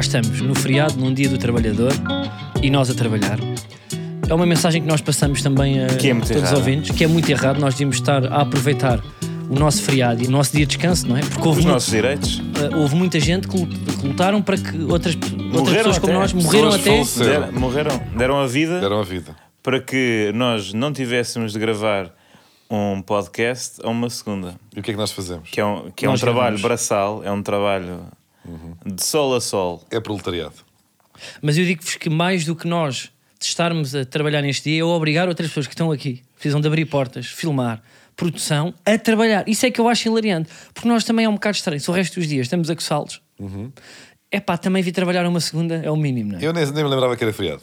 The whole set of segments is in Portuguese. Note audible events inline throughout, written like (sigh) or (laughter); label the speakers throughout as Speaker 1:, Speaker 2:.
Speaker 1: estamos no feriado, num dia do trabalhador e nós a trabalhar. É uma mensagem que nós passamos também a
Speaker 2: Que é muito
Speaker 1: todos os
Speaker 2: errada.
Speaker 1: ouvintes, que é muito errado. Nós devíamos estar a aproveitar o nosso feriado e o nosso dia de descanso, não é? Porque houve,
Speaker 2: Os
Speaker 1: mu-
Speaker 2: nossos direitos.
Speaker 1: eh, houve muita gente que lut- que lutaram para que outras, outras
Speaker 2: Morreram
Speaker 1: pessoas como
Speaker 2: até.
Speaker 1: nós morreram
Speaker 3: Pessoas
Speaker 1: até.
Speaker 3: falsas. Sim.
Speaker 2: Deram- morreram, deram a vida
Speaker 3: Deram a vida.
Speaker 2: para que nós não tivéssemos de gravar um podcast a uma segunda.
Speaker 3: E o que é que nós fazemos?
Speaker 2: Que é um, que é um
Speaker 1: Nós
Speaker 2: trabalho
Speaker 1: gravamos.
Speaker 2: braçal, é um trabalho
Speaker 3: Uhum.
Speaker 2: de sol a sol.
Speaker 3: É proletariado.
Speaker 1: Mas eu digo-vos que mais do que nós de estarmos a trabalhar neste dia é obrigar outras pessoas que estão aqui, precisam de abrir portas, filmar, produção, a trabalhar. Isso é que eu acho hilariante, porque nós também é um bocado estranho. Se o resto dos dias estamos a coçá-los, é pá, também vir trabalhar uma segunda é o mínimo, não é?
Speaker 3: Eu nem, nem me lembrava que era feriado.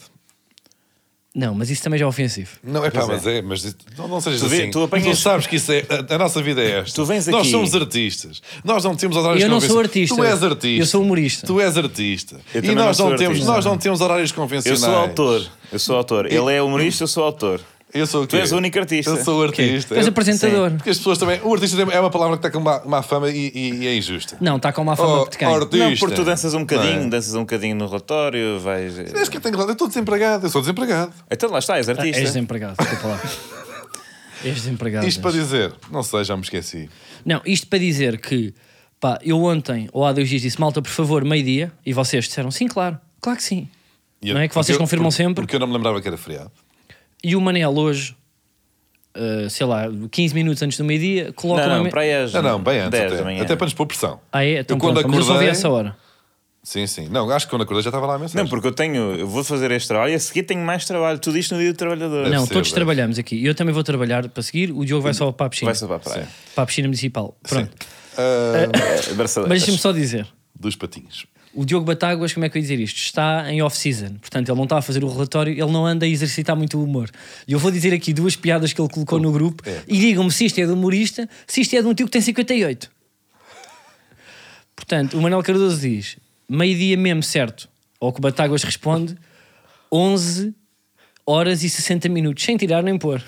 Speaker 1: Não, mas isso também já é ofensivo.
Speaker 3: Não, é pá,
Speaker 2: Pois é.
Speaker 3: mas é, mas isso- não, não sejas
Speaker 2: Tu vê-
Speaker 3: assim.
Speaker 2: tu apanhas-
Speaker 3: sabes que isso é. A, a nossa vida é esta.
Speaker 2: Tu vens
Speaker 3: Nós
Speaker 2: aqui-
Speaker 3: somos artistas. Nós não temos horários
Speaker 1: Eu não sou
Speaker 3: convencionais.
Speaker 1: artista.
Speaker 3: Tu és artista.
Speaker 1: Eu sou humorista.
Speaker 3: Tu és artista.
Speaker 2: Eu
Speaker 3: e
Speaker 2: também
Speaker 3: nós
Speaker 2: não
Speaker 3: não,
Speaker 2: sou
Speaker 3: temos,
Speaker 2: artista.
Speaker 3: nós não temos horários
Speaker 2: Eu
Speaker 3: convencionais.
Speaker 2: sou autor, eu sou autor. Ele é humorista, eu sou autor.
Speaker 3: Eu sou o
Speaker 2: Tu
Speaker 3: quê?
Speaker 2: és o único artista.
Speaker 3: Eu sou o
Speaker 1: Ok.
Speaker 3: artista.
Speaker 1: Tu É. és
Speaker 3: Eu-
Speaker 1: apresentador.
Speaker 3: Porque as pessoas também. O artista é uma palavra que está com má, má fama e, e- e é injusta.
Speaker 1: Não, está com uma fama
Speaker 3: Oh,
Speaker 1: porque quem?
Speaker 3: arte-
Speaker 2: Não,
Speaker 3: Artista.
Speaker 2: porque tu danças um bocadinho,
Speaker 3: Não é?
Speaker 2: danças um bocadinho no relatório, vais.
Speaker 3: Mas que eu tenho Eu estou desempregado. Eu sou desempregado.
Speaker 2: Então lá está, és
Speaker 1: Ah, és
Speaker 2: artista.
Speaker 1: desempregado, desculpa
Speaker 3: (laughs)
Speaker 1: lá. és desempregado.
Speaker 3: Isto para dizer. Não sei, já me esqueci.
Speaker 1: Não, isto para dizer que, pá, eu ontem, ou há dois dias, disse, malta, por favor, meio-dia, e vocês disseram, sim, claro, claro que sim.
Speaker 3: E eu-
Speaker 1: não é que vocês
Speaker 3: porque eu-
Speaker 1: confirmam
Speaker 3: porque-
Speaker 1: sempre.
Speaker 3: Porque eu não me lembrava que era feriado.
Speaker 1: E o Manel hoje, eh, sei lá, 15 minutos antes do meio-dia, coloca
Speaker 2: Não,
Speaker 1: uma...
Speaker 2: não,
Speaker 1: me-
Speaker 2: para aí és
Speaker 3: Ah, não, bem antes.
Speaker 2: 10 da
Speaker 3: Até,
Speaker 2: manhã.
Speaker 3: até para nos pôr pressão.
Speaker 1: Ah, é? Então, pronto, mas eu só vi essa hora.
Speaker 3: Sim, sim. Não, acho que quando acordei já estava lá a mensagem.
Speaker 2: Não, porque eu tenho, eu vou fazer este trabalho e a seguir tenho mais trabalho. Tudo isto no dia do trabalhador.
Speaker 1: Não,
Speaker 3: ser,
Speaker 1: todos
Speaker 3: deve
Speaker 1: trabalhamos aqui. Eu também vou trabalhar para seguir. O Diogo vai só para a piscina.
Speaker 2: Uhum. Vai só para a praia.
Speaker 1: Para a piscina municipal. Pronto.
Speaker 3: Ah,
Speaker 2: É, braçadeiras.
Speaker 1: Mas deixa-me só dizer.
Speaker 3: dos patinhos.
Speaker 1: O Diogo Batáguas, como é que eu ia dizer isto? Está em off-season, portanto ele não está a fazer o relatório, ele não anda a exercitar muito o humor. E eu vou dizer aqui duas piadas que ele colocou no grupo e digam-me se isto é de humorista, se isto é de um tio que tem 58. Portanto, o Manuel Cardoso diz: meio-dia mesmo, certo? Ao que o Batáguas responde: 11 horas e 60 minutos, sem tirar nem pôr.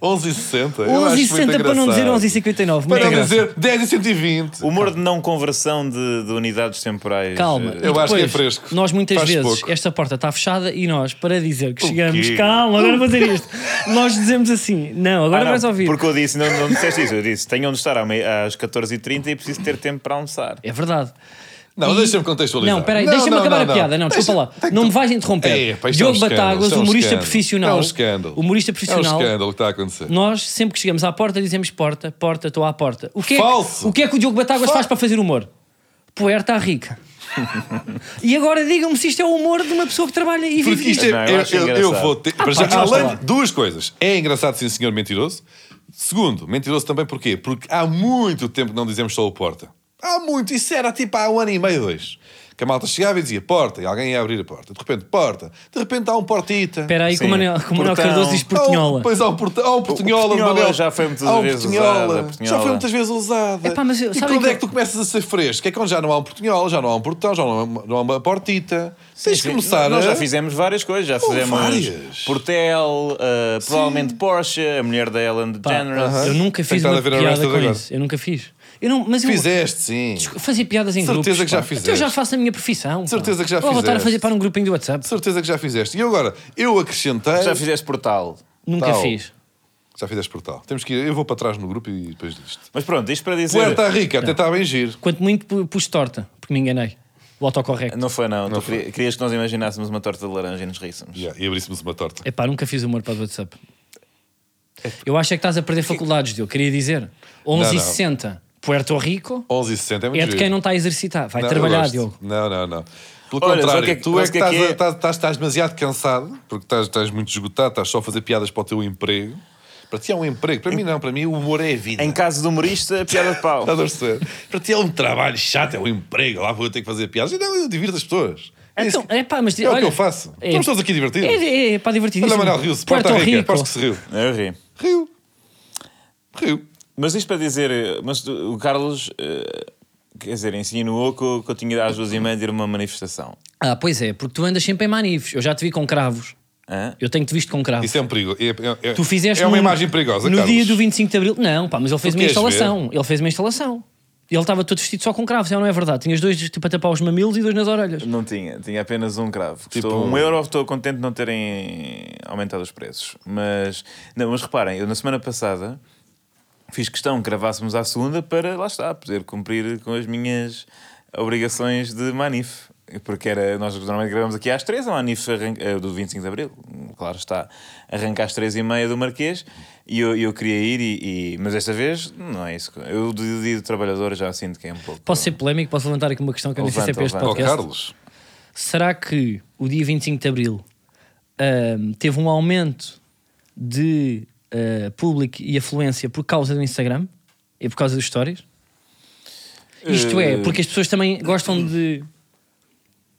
Speaker 3: 11h60.
Speaker 1: 11h60 para não dizer 11h59.
Speaker 3: Para
Speaker 1: muita
Speaker 3: não
Speaker 1: é graça.
Speaker 3: dizer 10h120.
Speaker 2: Humor de não conversão de, de unidades temporais.
Speaker 1: Calma,
Speaker 2: Eh,
Speaker 3: Eu
Speaker 1: E
Speaker 3: acho que é
Speaker 1: depois,
Speaker 3: fresco.
Speaker 1: Nós muitas
Speaker 3: Faz
Speaker 1: vezes,
Speaker 3: pouco.
Speaker 1: esta porta está fechada e nós, para dizer que chegamos,
Speaker 3: quê?
Speaker 1: calma, agora vou
Speaker 3: (laughs)
Speaker 1: dizer isto. Nós dizemos assim, não, agora
Speaker 2: Ah, não,
Speaker 1: vais ouvir.
Speaker 2: Porque eu disse, não, não me disseste isso, eu disse: tenho onde estar à mei- às 14h30 e preciso ter tempo para almoçar.
Speaker 1: É verdade.
Speaker 3: Não,
Speaker 1: E-
Speaker 3: deixa-me contextualizar.
Speaker 1: Não, peraí,
Speaker 3: Não,
Speaker 1: deixa-me
Speaker 3: não,
Speaker 1: acabar
Speaker 3: não,
Speaker 1: a
Speaker 3: não.
Speaker 1: piada. Não,
Speaker 3: Deixa-
Speaker 1: desculpa lá.
Speaker 3: tem que-
Speaker 1: não me vais interromper.
Speaker 3: É, pá, isto é um
Speaker 1: Diogo
Speaker 3: escândalo,
Speaker 1: Batáguas,
Speaker 3: isto é um
Speaker 1: humorista
Speaker 3: escândalo.
Speaker 1: profissional.
Speaker 3: É um escândalo.
Speaker 1: Humorista
Speaker 3: É um
Speaker 1: profissional.
Speaker 3: escândalo o que está a acontecer.
Speaker 1: Nós, sempre que chegamos à porta, dizemos porta, porta, estou à porta. O que é, que-
Speaker 3: Falso.
Speaker 1: o que, é que o Diogo Batáguas faz para fazer humor? Puerta à
Speaker 3: (laughs)
Speaker 1: rica. e agora digam-me se isto é o humor de uma pessoa que trabalha e
Speaker 3: Porque
Speaker 1: vive Ah,
Speaker 3: isto é.
Speaker 2: Não, eu
Speaker 3: eu,
Speaker 2: acho
Speaker 3: eu- eu
Speaker 2: engraçado.
Speaker 3: vou ter. para já,
Speaker 1: pá,
Speaker 3: além
Speaker 1: desculpa
Speaker 3: de duas coisas. É engraçado, sim, senhor mentiroso. Segundo, mentiroso também porquê? Porque há muito tempo que não dizemos só o porta. Há muito. Isso era tipo há um ano e meio, dois. Que a malta chegava e dizia porta, e alguém ia abrir a porta. De repente, porta. De repente há um portita.
Speaker 1: Espera aí, que o
Speaker 2: Sim.
Speaker 1: Manuel, que o Manuel
Speaker 2: Portão.
Speaker 1: Cardoso diz
Speaker 3: Há um-
Speaker 1: portunhola.
Speaker 3: Pois há um, porta, há um portunhola,
Speaker 2: portunhola
Speaker 3: Manuel.
Speaker 2: já foi muitas
Speaker 3: Há um
Speaker 2: vezes
Speaker 3: portunhola,
Speaker 2: usada, a
Speaker 3: Já
Speaker 2: portunhola.
Speaker 3: foi muitas vezes usada.
Speaker 1: Epá, mas eu-
Speaker 3: e
Speaker 1: sabem
Speaker 3: quando
Speaker 1: que
Speaker 3: é que tu começas a ser fresco? É quando já não há um portunhola, já não há um portão, já não há uma, não há uma portita. Tens de
Speaker 2: Sim,
Speaker 3: começar
Speaker 2: Nós
Speaker 3: a...
Speaker 2: já fizemos várias coisas. Já fizemos
Speaker 3: Oh, várias.
Speaker 2: Portel, eh, provavelmente Porsche, a mulher da Ellen
Speaker 1: Pá,
Speaker 2: DeGeneres.
Speaker 1: Eu nunca
Speaker 3: Tem
Speaker 1: fiz
Speaker 3: que estar
Speaker 1: uma
Speaker 3: a ver a
Speaker 1: piada
Speaker 3: Arrested
Speaker 1: com
Speaker 3: agora.
Speaker 1: isso. Eu nunca fiz. Eu não, mas eu,
Speaker 3: Fizeste, sim.
Speaker 1: Desculpa, Fazer piadas em
Speaker 3: Certeza
Speaker 1: grupos.
Speaker 3: que já
Speaker 1: pá.
Speaker 3: fizeste.
Speaker 1: Então Eu já faço a minha profissão. pá.
Speaker 3: Certeza que já
Speaker 1: Ou Vou voltar a
Speaker 3: fizeste.
Speaker 1: fazer para um grupinho do WhatsApp.
Speaker 3: Certeza que já fizeste. E agora, eu acrescentei.
Speaker 2: Já fizeste Portal.
Speaker 1: Nunca
Speaker 3: Tal.
Speaker 1: fiz.
Speaker 3: Já fizeste portal. Temos que ir. Eu vou para trás no grupo e depois disto.
Speaker 2: Mas pronto, isto para dizer.
Speaker 3: Puerta Rica, até está bem giro.
Speaker 1: Quanto muito pu- pus torta, porque me enganei. O autocorrecto.
Speaker 2: Não foi, não. tu queria- querias que nós imaginássemos uma torta de laranja e nos ríssemos.
Speaker 3: Yeah, e abríssemos uma torta.
Speaker 1: Epá, nunca fiz humor para o WhatsApp. Eu acho é que estás a perder faculdades, Diogo. Queria dizer. 11h60, Puerto Rico
Speaker 3: 11h60 é muito
Speaker 1: é de
Speaker 3: giro.
Speaker 1: quem não está a exercitar. Vai
Speaker 3: Não, eu
Speaker 1: trabalhar,
Speaker 3: gosto.
Speaker 1: Diogo.
Speaker 3: Não, não, não. Pelo
Speaker 2: Olha, sabe o
Speaker 3: contrário,
Speaker 2: que é que-
Speaker 3: tu é
Speaker 2: sabe
Speaker 3: que
Speaker 2: o que é
Speaker 3: estás,
Speaker 2: que
Speaker 3: a-
Speaker 2: é?
Speaker 3: estás- estás- estás demasiado cansado, porque estás, estás muito esgotado, estás só a fazer piadas para o teu emprego. Para ti é um emprego, para mim não, para mim o humor é a vida.
Speaker 2: Em caso de humorista, piada de
Speaker 3: (laughs)
Speaker 2: pau.
Speaker 3: Estás a perceber? Para ti é um trabalho chato, é um emprego, lá vou eu ter que fazer piadas. E não, eu divirto as pessoas. É isso
Speaker 1: Então,
Speaker 3: que-
Speaker 1: epá, mas,
Speaker 3: é o que
Speaker 1: olha,
Speaker 3: eu faço.
Speaker 1: é-
Speaker 3: Estamos todos aqui
Speaker 1: É,
Speaker 3: divertidos.
Speaker 1: é, é pá,
Speaker 3: Olha,
Speaker 1: divertidíssimo.
Speaker 3: Manuel riu-se.
Speaker 1: Puerto
Speaker 3: Porta Rica,
Speaker 1: Rico.
Speaker 3: aposto que se riu.
Speaker 2: Eu ri.
Speaker 3: Riu. Riu.
Speaker 2: Mas isto para dizer, eh, mas o Carlos, eh, quer dizer, insinuou que eu, que eu tinha ido às duas e meia de ir a uma manifestação.
Speaker 1: Ah, pois é, porque tu andas sempre em manifes. Eu já te vi com cravos.
Speaker 2: Hã?
Speaker 1: Eu tenho-te visto com cravos.
Speaker 3: Isso é um perigo. É, é- é-
Speaker 1: Tu fizeste
Speaker 3: é uma
Speaker 1: num-
Speaker 3: imagem perigosa,
Speaker 1: No
Speaker 3: Carlos.
Speaker 1: dia do 25 de Abril. Não, pá, mas ele fez uma
Speaker 3: queres
Speaker 1: instalação. Ele fez uma instalação. E ele estava todo vestido só com cravos, não é verdade? Tinhas dois tipo a tapar os mamilos e dois nas orelhas.
Speaker 2: Não tinha, tinha apenas um cravo.
Speaker 3: Tipo-
Speaker 2: Custou um euro, estou contente de não terem aumentado os preços. Mas, não, mas reparem, eu na semana passada fiz questão que gravássemos à segunda para, lá está, poder cumprir com as minhas obrigações de Manif. Porque era, nós normalmente gravamos aqui às três, a Manif arranca- eh, do 25 de Abril, claro está, arranca às três e meia do Marquês e eu, eu queria ir, e, e- mas desta vez não é isso. Eu, do dia do trabalhador, já sinto que é um pouco.
Speaker 1: Posso ser polémico, posso levantar aqui uma questão que eu nem sei se é para este
Speaker 2: Levanta,
Speaker 3: Ó,
Speaker 2: levanta.
Speaker 1: podcast.
Speaker 3: Oh, Carlos,
Speaker 1: Será que o dia 25 de Abril ahm, teve um aumento de ah, público e afluência por causa do Instagram e por causa dos stories? Isto é,
Speaker 2: Eh,
Speaker 1: porque as pessoas também gostam de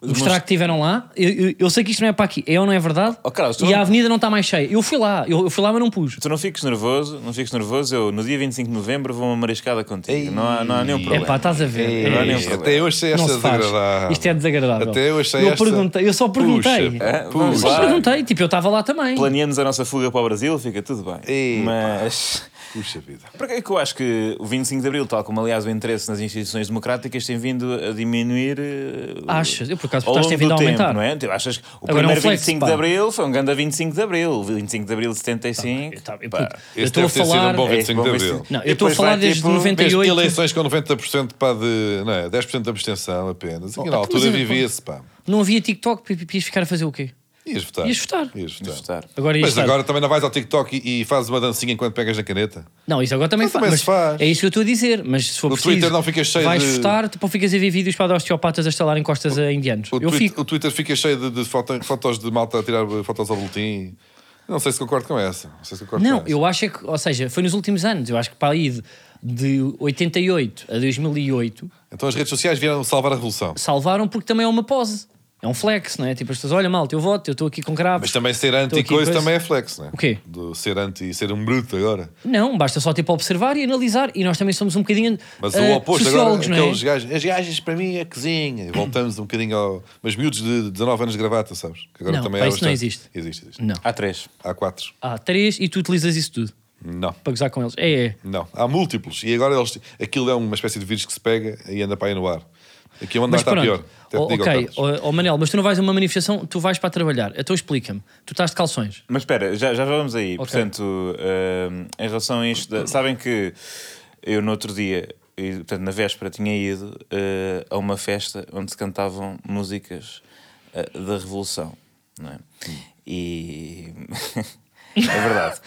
Speaker 1: mostrar
Speaker 2: Demonstra-
Speaker 1: que estiveram lá. Eu, eu- eu sei que isto não é para aqui, é ou não é verdade?
Speaker 2: Oh, Carlos, tu
Speaker 1: e
Speaker 2: não-
Speaker 1: a avenida não está mais cheia. Eu fui lá, eu, eu fui lá, mas não pus.
Speaker 2: Tu não fiques nervoso, não fiques nervoso. Eu, no dia 25 de novembro, vou uma mariscada contigo. não, há, não há nenhum
Speaker 1: É
Speaker 2: problema.
Speaker 1: pá, estás a ver.
Speaker 3: Ei,
Speaker 2: não há
Speaker 1: É,
Speaker 2: nenhum problema.
Speaker 3: até eu achei esta
Speaker 1: não se faz.
Speaker 3: desagradável.
Speaker 1: Isto é desagradável.
Speaker 3: Até eu achei esta-
Speaker 1: perguntei, eu só perguntei.
Speaker 3: Puxa,
Speaker 2: É,
Speaker 1: eu
Speaker 2: vamos
Speaker 1: só
Speaker 2: lá.
Speaker 1: perguntei, tipo, eu estava lá também.
Speaker 2: Planeamos a nossa fuga para o Brasil, fica tudo bem.
Speaker 3: Ei,
Speaker 2: Mas.
Speaker 3: Puxa vida.
Speaker 2: Porque é que eu acho que o 25 de Abril, tal como aliás o interesse nas instituições democráticas, tem vindo a diminuir. eh,
Speaker 1: Achas? Eu, por acaso,
Speaker 2: ao
Speaker 1: estás
Speaker 2: longo
Speaker 1: tem vindo
Speaker 2: do
Speaker 1: a
Speaker 2: tempo,
Speaker 1: aumentar.
Speaker 2: Não é? Tu Achas que o
Speaker 1: Agora é um
Speaker 2: primeiro
Speaker 1: flex,
Speaker 2: 25
Speaker 1: pá.
Speaker 2: de Abril foi um grande 25 de Abril. O 25 de Abril de 75.
Speaker 1: Eu tava- Tá, eu-
Speaker 2: pá.
Speaker 1: eu
Speaker 3: Este
Speaker 1: estou a
Speaker 3: deve ter sido um
Speaker 1: falar.
Speaker 3: bom
Speaker 2: É,
Speaker 3: 25 de
Speaker 2: bom
Speaker 3: abril.
Speaker 2: 25.
Speaker 1: Não,
Speaker 2: E
Speaker 1: eu estou a
Speaker 2: depois
Speaker 1: falar
Speaker 2: vai,
Speaker 1: desde
Speaker 2: tipo,
Speaker 3: Mesmo
Speaker 1: 98.
Speaker 3: eleições com 90% pá, de. Não é? 10% de abstenção apenas.
Speaker 1: Oh,
Speaker 3: Aqui na
Speaker 1: então,
Speaker 3: altura
Speaker 1: mas eu-
Speaker 3: vivia-se, pá.
Speaker 1: Não havia TikTok, pi- pi- pi- ias ficar a fazer o quê?
Speaker 3: Ias votar.
Speaker 1: Ias votar.
Speaker 3: Ias votar.
Speaker 2: Votar.
Speaker 1: Agora ias
Speaker 3: Mas
Speaker 1: estar-
Speaker 3: agora também não vais ao TikTok e, e fazes uma dancinha enquanto pegas na caneta.
Speaker 1: Não, isso agora também,
Speaker 3: Mas Ah, também
Speaker 1: mas
Speaker 3: se faz.
Speaker 1: É isso que eu estou a dizer, mas se for
Speaker 3: No
Speaker 1: preciso.
Speaker 3: Twitter não ficas cheio
Speaker 1: vais
Speaker 3: de-
Speaker 1: votar, depois ficas a ver vídeos para dar osteopatas a estalarem costas a indianos.
Speaker 3: O,
Speaker 1: Eu
Speaker 3: Twi-
Speaker 1: fico.
Speaker 3: o Twitter fica cheio de, de foto- fotos de malta a tirar fotos ao boletim. Não sei se concordo com essa. Não, sei se concordo
Speaker 1: Não,
Speaker 3: com essa.
Speaker 1: eu acho é que, ou seja, foi nos últimos anos, eu acho que para aí de, de 88 a 2008
Speaker 3: Então as redes sociais vieram salvar a revolução.
Speaker 1: salvaram porque também é uma pose. É um flex, não é? Tipo, as pessoas, olha mal, eu voto, eu estou aqui com cravos.
Speaker 3: Mas também ser
Speaker 1: Estou aqui
Speaker 3: anti-coisa
Speaker 1: coisa.
Speaker 3: também é flex, não é?
Speaker 1: O quê?
Speaker 3: Do ser anti, ser um bruto agora.
Speaker 1: Não, basta só tipo observar e analisar. E nós também somos um bocadinho.
Speaker 3: Mas
Speaker 1: eh,
Speaker 3: o oposto agora,
Speaker 1: sociólogos, não é?
Speaker 3: aqueles gajos, as gajas para mim é cozinha. E Voltamos um bocadinho ao. Mas miúdos de 19 anos de gravata, sabes? Que agora
Speaker 1: Não,
Speaker 3: também
Speaker 1: pá,
Speaker 3: há
Speaker 1: isso não
Speaker 3: bastante.
Speaker 1: existe.
Speaker 3: Existe, existe.
Speaker 1: Não.
Speaker 2: Há três.
Speaker 3: Há quatro.
Speaker 1: Há três e tu utilizas isso tudo
Speaker 3: Não.
Speaker 1: para gozar com eles. É, é.
Speaker 3: Não. Há múltiplos. E agora eles, aquilo é uma espécie de vírus que se pega e anda para aí no ar. Aqui onde
Speaker 1: Mas
Speaker 3: está
Speaker 1: pronto.
Speaker 3: pior. Até te
Speaker 1: Oh,
Speaker 3: digo,
Speaker 1: ok,
Speaker 3: Carlos.
Speaker 1: oh, oh, Manel, mas tu não vais a uma manifestação, tu vais para trabalhar. Então explica-me. Tu estás de calções.
Speaker 2: Mas espera, já, já vamos aí. Portanto, hum, em relação a isto, da- sabem que eu no outro dia, e, portanto, na véspera, tinha ido eh, a uma festa onde se cantavam músicas eh, da Revolução, não é? E. (laughs) é verdade.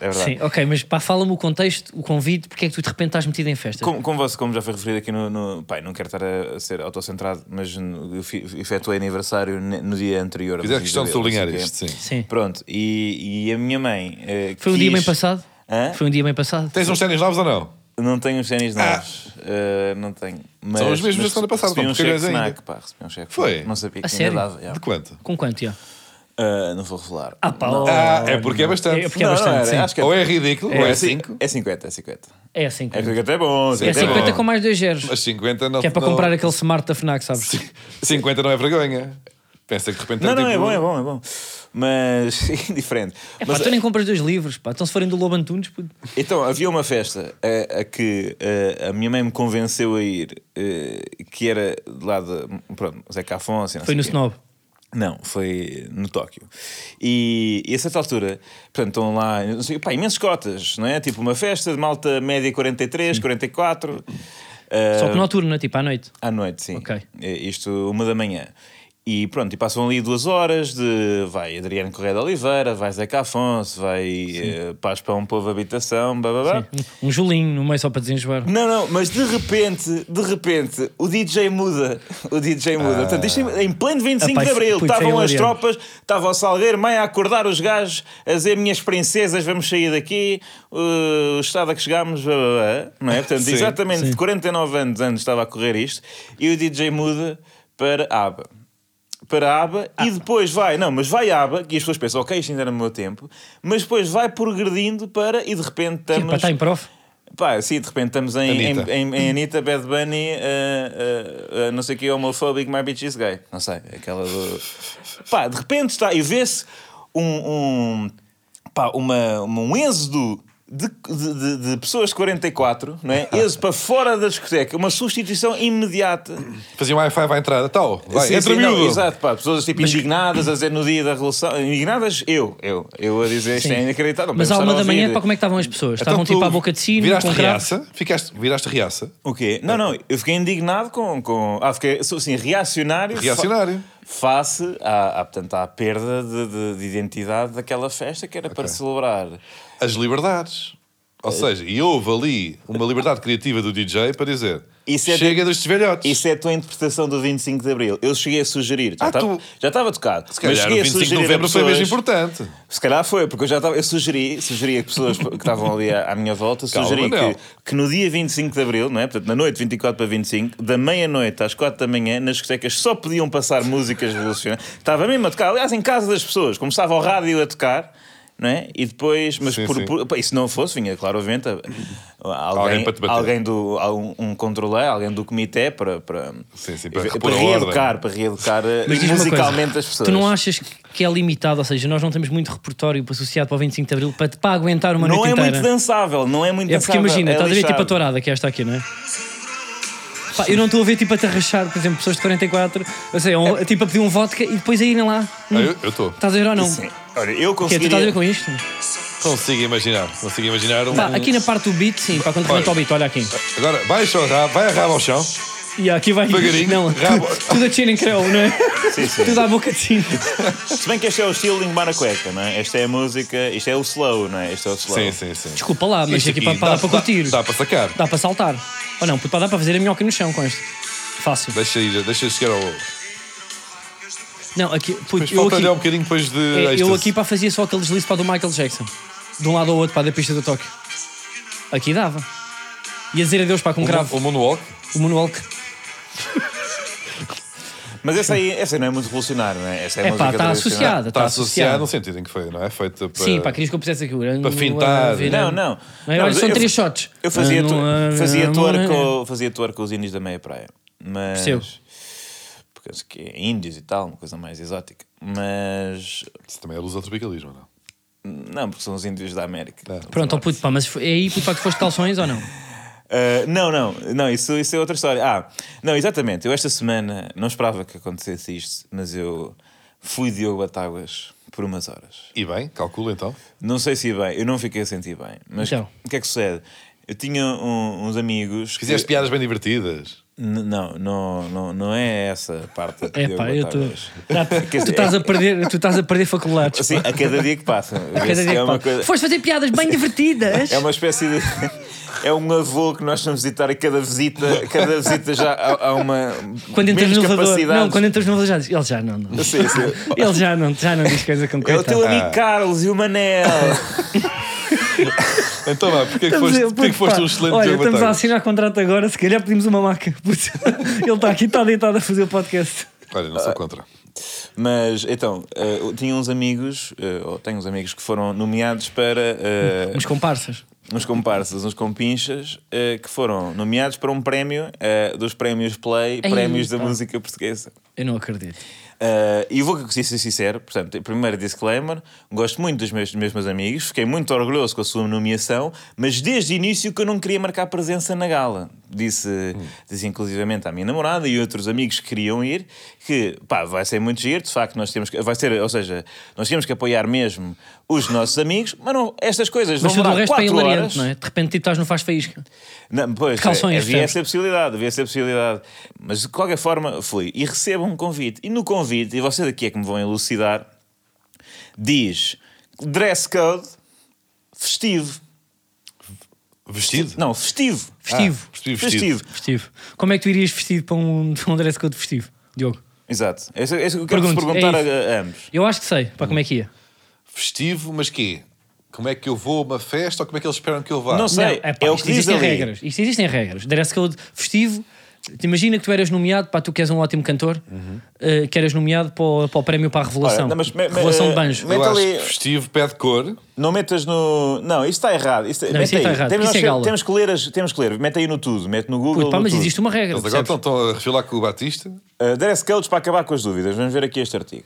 Speaker 2: É verdade.
Speaker 1: Sim, ok, mas pá, fala-me o contexto, o convite, porque é que tu de repente estás metido em festa?
Speaker 2: Como, como, você, como já foi referido aqui no, no. Pai, não quero estar a, a ser autocentrado, mas no- eu fi- efetuei aniversário ne- no dia anterior.
Speaker 3: Fizeste
Speaker 2: do
Speaker 3: questão de
Speaker 2: Isabel,
Speaker 3: sublinhar
Speaker 2: não sei o quê.
Speaker 3: isto, sim.
Speaker 1: Sim.
Speaker 2: Pronto, e, e a minha mãe. eh,
Speaker 1: Foi um dia
Speaker 2: quis-
Speaker 1: bem passado?
Speaker 2: Hã?
Speaker 1: Foi um dia bem passado?
Speaker 3: Tens uns ténis novos ou não?
Speaker 2: Não tenho os ténis novos. Uh, não tenho. Mas,
Speaker 3: Ah. São os mesmos
Speaker 2: mas
Speaker 3: da semana passada,
Speaker 2: Recebi
Speaker 3: não
Speaker 2: um cheque
Speaker 3: porcalhões ainda.
Speaker 2: Fnac, pá. Recebi um cheque.
Speaker 3: Foi?
Speaker 2: Não sabia
Speaker 1: A
Speaker 2: que ainda
Speaker 1: sério?
Speaker 2: dava. já.
Speaker 3: De quanto?
Speaker 1: Com quanto, já?
Speaker 2: Uh, não vou revelar.
Speaker 1: Ah pá,
Speaker 2: Não.
Speaker 1: oh,
Speaker 3: Ah, é porque é bastante.
Speaker 1: É porque é
Speaker 2: Não, não
Speaker 1: bastante,
Speaker 2: era,
Speaker 1: sim.
Speaker 2: acho que
Speaker 3: Ou é ridículo, ou é
Speaker 2: ci-
Speaker 3: 5.
Speaker 2: É 50, é 50.
Speaker 1: É
Speaker 2: É
Speaker 1: 50.
Speaker 2: 50 é bom.
Speaker 1: É
Speaker 2: 50
Speaker 1: 50
Speaker 2: bom.
Speaker 1: com mais dois zeros.
Speaker 3: Mas 50 não
Speaker 1: Que é para
Speaker 3: não-
Speaker 1: comprar aquele smart da FNAC, sabes?
Speaker 3: (laughs) 50 não é vergonha. Pensa que de repente
Speaker 2: Não, não, é
Speaker 3: tipo-
Speaker 2: bom, é bom, é bom. Mas, (laughs) indiferente.
Speaker 1: um. É pá,
Speaker 2: Mas,
Speaker 1: tu nem compras dois livros, pá. Então se forem do Lobo Antunes, puto.
Speaker 2: Então, havia uma festa a, a que eh, a minha mãe me convenceu a ir, eh, que era de lá de. Pronto, Zeca Afonso. e não
Speaker 1: foi
Speaker 2: sei
Speaker 1: no
Speaker 2: quê.
Speaker 1: Snob.
Speaker 2: Não, foi no Tóquio. E, e a certa altura, portanto, estão lá não sei, pá, imensos cotas, não é? Tipo uma festa de malta média 43, 44. ah,
Speaker 1: Só que noturno, não é? tipo à noite.
Speaker 2: à noite, sim.
Speaker 1: Ok.
Speaker 2: É, Isto uma da manhã. E pronto, e passam ali duas horas de. Vai Adriano Correia de Oliveira, vai Zeca Afonso, vai eh, Paz para um Povo Habitação, blá blá
Speaker 3: Ah.
Speaker 2: blá.
Speaker 1: Um Julinho no meio só para desenjoar.
Speaker 2: Não, não, mas de repente, de repente, o DJ muda. O DJ muda. Portanto, isto é em, em pleno 25
Speaker 1: Ah, pá,
Speaker 2: de Abril,
Speaker 1: puto, Ah. isso é
Speaker 2: estavam as
Speaker 1: hilariante.
Speaker 2: tropas, estava o Salgueiro, mãe a acordar os gajos, a dizer minhas princesas, vamos sair daqui, uh, o estado a que chegámos, blá, blá, blá", não é? Portanto,
Speaker 3: Sim.
Speaker 2: exatamente
Speaker 1: (laughs) Sim.
Speaker 2: 49 anos antes estava a correr isto, e o DJ muda para ABA. Para a aba
Speaker 1: Ah.
Speaker 2: e depois vai, não, mas vai à aba, que as pessoas pensam, ok, isto ainda era no meu tempo, mas depois vai progredindo para e de repente
Speaker 1: Sim,
Speaker 2: estamos.
Speaker 1: pá, tá está em prof.
Speaker 2: Pá, sim, de repente estamos em, em,
Speaker 3: Anitta.
Speaker 2: em, em Anitta, Bad Bunny, uh, uh, uh, não sei o que, homofóbico, my bitch is gay. Não sei, aquela do. Pá, de repente está. E vê-se um. um pá, uma, um êxodo de, de- de- de pessoas de 44,
Speaker 1: (laughs)
Speaker 2: não é? Eles para fora da discoteca, uma substituição imediata.
Speaker 3: Fazia um hi-fi à entrada, tal. Vai,
Speaker 2: Sim,
Speaker 3: entra
Speaker 2: sim,
Speaker 3: o miúdo.
Speaker 2: não, Exato, pá, pessoas tipo indignadas a dizer no dia da relação. Indignadas, eu, eu, eu a dizer isto
Speaker 1: Sim.
Speaker 2: é inacreditável.
Speaker 1: Mas à
Speaker 2: deve
Speaker 1: uma
Speaker 2: estar a
Speaker 1: da manhã,
Speaker 2: ouvir.
Speaker 1: para como é que estavam as pessoas?
Speaker 3: Então
Speaker 1: Estavam tipo
Speaker 3: tu
Speaker 1: à boca de sino,
Speaker 3: Viraste
Speaker 1: com cravos?
Speaker 3: reaça, ficaste, viraste reaça.
Speaker 2: O quê? Não, não, eu fiquei indignado com. com ah, fiquei, sou assim, reacionário. fa-
Speaker 3: Reacionário.
Speaker 2: face à, à, portanto, à perda de, de- de identidade daquela festa que era para celebrar.
Speaker 3: As liberdades. Ou
Speaker 2: É.
Speaker 3: seja, e houve ali uma liberdade criativa do DJ para dizer
Speaker 2: Isso é
Speaker 3: chega destes velhotes.
Speaker 2: Isso é a tua interpretação do 25 de Abril. Eu cheguei a sugerir. Já
Speaker 3: Ah,
Speaker 2: estava
Speaker 3: tu-
Speaker 2: já estava tocado.
Speaker 3: Se calhar o
Speaker 2: cheguei a
Speaker 3: 25 de
Speaker 2: sugerir a
Speaker 3: novembro foi mesmo
Speaker 2: pessoas-
Speaker 3: importante.
Speaker 2: Se calhar foi, porque eu já estava. Eu sugeri, sugeri a pessoas que estavam ali à, à minha volta,
Speaker 3: Calma,
Speaker 2: sugeri
Speaker 3: Manel.
Speaker 2: que, que no dia 25 de Abril, não é? Portanto, na noite 24 para 25, da meia-noite às 4 da manhã, nas discotecas só podiam passar músicas revolucionárias. Estava mesmo a tocar, aliás, em casa das pessoas. Começava o rádio a tocar. Não é? E depois, mas
Speaker 3: Sim,
Speaker 2: por,
Speaker 3: sim.
Speaker 2: por- pá, e se não fosse, vinha, claro, obviamente, a- a-
Speaker 3: Alguém
Speaker 2: alguém,
Speaker 3: para te bater.
Speaker 2: alguém do algum, um controleiro, alguém do comitê para, para,
Speaker 3: Sim, sim, para
Speaker 2: para,
Speaker 3: repor a ordem.
Speaker 2: reeducar, para reeducar eh,
Speaker 1: Mas diz uma
Speaker 2: musicalmente
Speaker 1: coisa,
Speaker 2: as pessoas.
Speaker 1: Tu não achas que é limitado? Ou seja, nós não temos muito repertório associado para o 25 de Abril para, para aguentar uma
Speaker 2: não
Speaker 1: noite
Speaker 2: é
Speaker 1: inteira.
Speaker 2: muito dançável, não é muito
Speaker 1: É porque
Speaker 2: dançável,
Speaker 1: imagina, estás a ver tipo a
Speaker 2: lixado.
Speaker 1: tourada que é esta aqui, não é? Pá, eu não estou a ver tipo a tarrachar, por exemplo, pessoas de 44, ou seja, um-
Speaker 2: É.
Speaker 1: tipo a pedir um vodka e depois a irem lá.
Speaker 3: Ah, eu- eu estou.
Speaker 1: Estás a ver ou não?
Speaker 2: Sim. Olha, eu
Speaker 1: Que é, tu estás a ver
Speaker 2: conseguiria...
Speaker 1: com isto?
Speaker 3: Consigo imaginar. Consigo imaginar um.
Speaker 1: Pá, Tá, aqui na parte do beat, sim, para quando levanta o beat, olha aqui.
Speaker 3: Agora, baixa o rabo, vai a rabo ao chão.
Speaker 1: E aqui vai.
Speaker 3: Devagarinho,
Speaker 1: Não,
Speaker 3: rabo.
Speaker 1: tudo a chin and crow, não é?
Speaker 2: Sim, sim.
Speaker 1: Tudo à boca de sino.
Speaker 2: Se bem que este é o estilo limpar a cueca, não é? Esta é a música, isto é o slow, não é? Este é o slow.
Speaker 3: Sim, sim, sim.
Speaker 1: Desculpa lá, mas
Speaker 3: Isto
Speaker 1: aqui para,
Speaker 3: aqui
Speaker 1: para,
Speaker 3: dá-
Speaker 1: dá para curtir.
Speaker 3: Dá,
Speaker 1: Dá,
Speaker 3: dá para sacar.
Speaker 1: para saltar. Ou não, puto, pá, dá para fazer a minhoca no chão com este. Fácil.
Speaker 3: Deixa ir, deixa chegar ao.
Speaker 1: Não, aqui, puto,
Speaker 3: Mas
Speaker 1: eu
Speaker 3: falta-lhe
Speaker 1: aqui,
Speaker 3: um bocadinho depois de.
Speaker 1: é, eu
Speaker 3: êxtase.
Speaker 1: aqui para fazia só aquele deslize para do Michael Jackson. De um lado ao outro, para da pista do toque. Aqui dava. E a dizer adeus para com um
Speaker 3: O mon-
Speaker 1: cravo.
Speaker 3: O moonwalk.
Speaker 1: O moonwalk.
Speaker 2: Mas essa aí, essa aí não é muito revolucionária, não é? Essa é a
Speaker 1: É pá,
Speaker 2: música
Speaker 1: está
Speaker 2: tradicional.
Speaker 1: associada. Está
Speaker 3: associado no
Speaker 1: associada.
Speaker 3: sentido em que foi, não é? Feita para.
Speaker 1: Sim, pá, querias que eu pusesse aqui. Para
Speaker 3: fintar.
Speaker 2: Não, não.
Speaker 1: Olha,
Speaker 2: Não,
Speaker 1: né? são
Speaker 2: eu-
Speaker 1: três shots.
Speaker 2: Eu fazia,
Speaker 1: Ah,
Speaker 2: tu,
Speaker 1: não, ah,
Speaker 2: fazia,
Speaker 1: não,
Speaker 2: tour
Speaker 1: não,
Speaker 2: com, fazia tour com os índios da meia praia. Mas...
Speaker 1: Percebo.
Speaker 2: Porque acho que é índios e tal, uma coisa mais exótica. Mas...
Speaker 3: Isso também é luz ao tropicalismo, não?
Speaker 2: Não, porque são os índios da América.
Speaker 1: Pronto, ó puto, pá, mas foi- é aí puto, pá, que foste de calções ou não?
Speaker 2: Uh, não, não, não, isso, isso é outra história. Ah, não, exatamente. Eu esta semana não esperava que acontecesse isto, mas eu fui Diogo Batáguas por umas horas.
Speaker 3: E bem, calcula então.
Speaker 2: Não sei se bem, eu não fiquei a sentir bem. Mas
Speaker 1: Então.
Speaker 2: o que é que sucede? Eu tinha um- uns amigos. que-
Speaker 3: Fizeste piadas bem divertidas.
Speaker 2: N- Não, não, não, não é essa parte. de
Speaker 1: É
Speaker 2: Diogo
Speaker 1: pá, eu estou.
Speaker 2: Batáguas. (laughs)
Speaker 1: Tu estás a
Speaker 2: é-
Speaker 1: perder, tu estás a perder faculdades.
Speaker 2: Assim, a cada dia que passa.
Speaker 1: Cada dia
Speaker 2: é
Speaker 1: que
Speaker 2: uma
Speaker 1: passa.
Speaker 2: coisa-
Speaker 1: Foste fazer piadas bem divertidas.
Speaker 2: É uma espécie de. É um avô que nós estamos a visitar e cada visita, cada visita já há, há uma.
Speaker 1: Quando entras
Speaker 2: menos
Speaker 1: no elevador,
Speaker 2: capacidades.
Speaker 1: não, quando entras no elevador já diz, ele já não, não.
Speaker 2: Sim, sim.
Speaker 1: (laughs) Ele já não, já não diz coisa com
Speaker 2: É o
Speaker 1: coitado.
Speaker 2: teu amigo Carlos e o Manel.
Speaker 3: Então vá, porque é que
Speaker 1: Estamos
Speaker 3: foste,
Speaker 1: a-
Speaker 3: porque é
Speaker 1: puto,
Speaker 3: que foste
Speaker 1: pá,
Speaker 3: um excelente
Speaker 1: Olha,
Speaker 3: Diogo
Speaker 1: estamos a
Speaker 3: Batáguas?
Speaker 1: assinar contrato agora, se calhar pedimos uma maca. (laughs) Puto, Ele está aqui, está deitado a fazer o podcast.
Speaker 3: Olha, não sou contra.
Speaker 2: Mas então, eh, eu tinha uns amigos, eh, ou tenho uns amigos que foram nomeados para. eh,
Speaker 1: Uns comparsas.
Speaker 2: uns comparsas, uns compinchas, eh, que foram nomeados para um prémio eh, dos prémios Play,
Speaker 1: Ei,
Speaker 2: prémios da
Speaker 1: pá.
Speaker 2: música portuguesa.
Speaker 1: Eu não acredito.
Speaker 3: Então
Speaker 2: Eh, e vou ser sincero, portanto, primeiro disclaimer: gosto muito dos meus, dos meus amigos, fiquei muito orgulhoso com a sua nomeação, mas desde o início que eu não queria marcar presença na gala. Disse, disse inclusivamente à minha namorada e outros amigos que queriam ir que pá, vai ser muito giro, de facto, nós temos que, vai ser, ou seja, nós temos que apoiar mesmo os nossos amigos, mas não, estas coisas
Speaker 1: Mas
Speaker 2: vão
Speaker 1: tudo o
Speaker 2: durar
Speaker 1: resto é
Speaker 2: 4 horas.
Speaker 1: hilariante, não é? De repente, tipo, estás no faz faísca.
Speaker 2: Não, pois,
Speaker 1: Calções,
Speaker 2: é, havia
Speaker 1: percebes?
Speaker 2: essa possibilidade, havia essa possibilidade. Mas de qualquer forma, fui e recebo um convite. E no convite, e vocês aqui é que me vão elucidar, diz dress code festivo.
Speaker 3: Vestido?
Speaker 2: Não, festivo.
Speaker 1: Festivo.
Speaker 3: Vestido, vestido.
Speaker 2: Festivo.
Speaker 1: Festivo. Como é que tu irias vestido para um, (laughs) para um dress code festivo, Diogo?
Speaker 2: Exato. É isso é isso que eu quero vos
Speaker 1: Pergunto, é
Speaker 2: perguntar
Speaker 1: isso.
Speaker 2: a, a ambos.
Speaker 1: Eu acho que sei, para como é que ia.
Speaker 3: Festivo, mas quê? Como é que eu vou a uma festa ou como é que eles esperam que eu vá?
Speaker 2: Não sei.
Speaker 1: é pá,
Speaker 2: é o
Speaker 1: isto
Speaker 2: que diz
Speaker 1: existem
Speaker 2: ali.
Speaker 1: regras. Isto existem regras. Dress code festivo. Te Imagina que tu eras nomeado, pá, tu que és um ótimo cantor, eh, que eras nomeado para o, para o prémio para a Revelação.
Speaker 2: Ora, não, mas me- me-
Speaker 1: revelação de
Speaker 2: eh,
Speaker 1: Banjo.
Speaker 2: me-
Speaker 3: Eu
Speaker 2: Mete
Speaker 3: acho
Speaker 2: ali-
Speaker 3: que festivo, pé de cor.
Speaker 2: Não metas no. Não, isto está errado. Isto,
Speaker 1: Não,
Speaker 2: mete
Speaker 1: isto está
Speaker 2: aí.
Speaker 1: errado,
Speaker 2: Temos,
Speaker 1: porque isso é
Speaker 2: nós-
Speaker 1: gala.
Speaker 2: temos que ler, as- temos que ler. Mete aí no tudo, mete no Google.
Speaker 1: Puto, pá,
Speaker 2: no
Speaker 1: mas
Speaker 2: tudo.
Speaker 1: existe uma regra.
Speaker 3: Eles agora
Speaker 1: percebes?
Speaker 2: Eh,
Speaker 3: então, estão, estão a refilar com o Batista.
Speaker 2: Uh, dress codes para acabar com as dúvidas. Vamos ver aqui este artigo.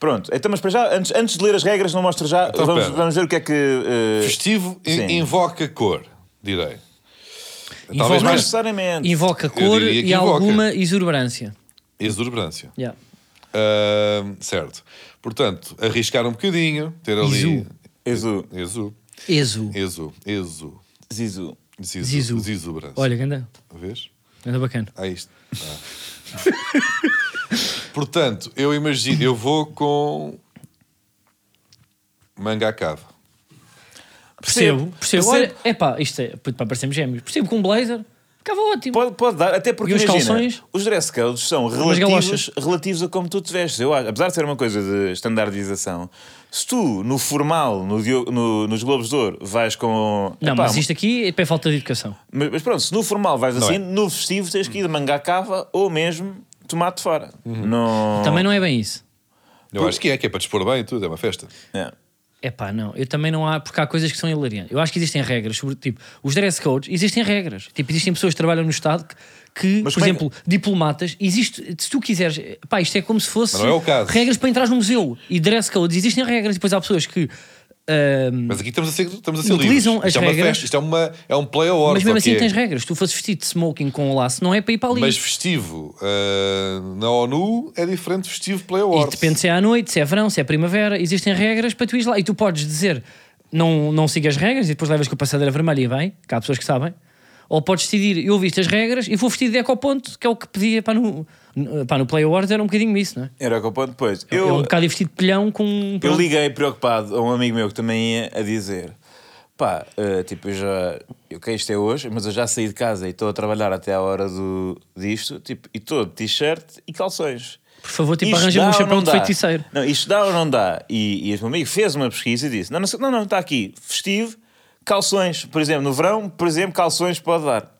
Speaker 2: Pronto, então, mas para já, antes, antes de ler as regras, não mostro já.
Speaker 3: Então,
Speaker 2: vamos,
Speaker 3: espera.
Speaker 2: vamos ver o que é que. eh,
Speaker 3: Festivo in-
Speaker 2: Sim.
Speaker 3: invoca cor, direi.
Speaker 1: Invoca-
Speaker 3: Talvez
Speaker 2: não
Speaker 3: mais
Speaker 2: necessariamente.
Speaker 1: Invoca
Speaker 3: Eu
Speaker 1: cor
Speaker 3: diria que
Speaker 1: e
Speaker 3: invoca.
Speaker 1: alguma exuberância.
Speaker 3: exuberância.
Speaker 1: Yeah.
Speaker 3: Ahm, certo. Portanto, arriscar um bocadinho, ter ali.
Speaker 1: Isu.
Speaker 2: Exu.
Speaker 3: Exu.
Speaker 1: Exu.
Speaker 3: Exu. Exu.
Speaker 2: Zizu.
Speaker 3: Zizu.
Speaker 1: Zizu.
Speaker 3: Zizubrance.
Speaker 1: Olha, ganda.
Speaker 3: Vês?
Speaker 1: Ganda bacana.
Speaker 3: Ah, (laughs) isto. Ah. Portanto, eu imagino, eu vou com. Manga à cava.
Speaker 1: Percebo, percebo.
Speaker 2: Percebo.
Speaker 1: Olha, epá, isto é, pá, parecemos gêmeos. Percebo com um blazer, ficava ótimo.
Speaker 2: Pode, pode dar, até porque
Speaker 1: E os
Speaker 2: imagina,
Speaker 1: calções?
Speaker 2: os dress codes são
Speaker 1: galochas?
Speaker 2: relativos, relativos a como tu te vestes. Eu acho, apesar de ser uma coisa de estandardização, se tu no formal, no, Dio- no- nos Globos de Ouro, vais com.
Speaker 1: Não,
Speaker 2: Epá,
Speaker 1: mas isto aqui é para falta de educação.
Speaker 2: mas- mas pronto, se no formal vais
Speaker 3: Não
Speaker 2: assim,
Speaker 3: é.
Speaker 2: no festivo tens que ir de manga à cava ou mesmo tomate fora.
Speaker 1: Uhum.
Speaker 2: Não.
Speaker 1: Também não é bem isso.
Speaker 3: Eu acho que é, que é para dispor bem e tudo, é uma festa.
Speaker 2: É.
Speaker 1: É pá, não, eu também não há, porque há coisas que são hilariantes. Eu acho que existem regras, sobre, tipo, os dress codes, existem regras. Tipo, existem pessoas que trabalham no Estado que, que,
Speaker 2: Mas
Speaker 1: por
Speaker 2: como é
Speaker 1: exemplo, diplomatas, existe, se tu quiseres, pá, isto é como se fosse
Speaker 3: Mas não é o caso.
Speaker 1: regras para entrar no museu e dress codes, existem regras, e depois há pessoas que. ahm,
Speaker 3: Mas aqui estamos a ser, estamos a ser
Speaker 1: Utilizam
Speaker 3: livres. Isto
Speaker 1: as
Speaker 3: é uma
Speaker 1: regras.
Speaker 3: festa, isto é, uma, é um play award.
Speaker 1: mas mesmo assim
Speaker 3: ok?
Speaker 1: tens regras. Se tu fosses vestido de smoking com o laço, não é para ir para ali.
Speaker 3: Mas festivo ah, na ONU é diferente de festivo play
Speaker 1: E
Speaker 3: award.
Speaker 1: depende se é à noite, se é verão, se é primavera, existem regras para tu ires lá. E tu podes dizer, não, não siga as regras e depois levas com a passadeira vermelha e bem, que há pessoas que sabem. Ou podes decidir, eu ouvi estas regras e vou vestido de ecoponto, que é o que pedia para no, no- pá, no Play Awards, era um bocadinho isso, não é?
Speaker 2: Era o que eu ponho depois.
Speaker 1: Eu,
Speaker 2: Eu-
Speaker 1: um bocado vestido de pilhão com... um
Speaker 2: Eu liguei preocupado a um amigo meu que também ia a dizer: pá, eh, tipo, eu já. Ok, isto é hoje, mas eu já saí de casa e estou a trabalhar até à hora do, disto, tipo, e estou de t-shirt e calções.
Speaker 1: Por favor, tipo,
Speaker 2: Isto
Speaker 1: arranja-me um
Speaker 2: dá ou
Speaker 1: chapéu
Speaker 2: não
Speaker 1: de
Speaker 2: dá?
Speaker 1: feiticeiro.
Speaker 2: Não, isto dá ou não dá? E, e este meu amigo fez uma pesquisa e disse: não, não, sei- não, não, está aqui, festivo, calções, por exemplo, no verão, por exemplo, calções pode dar.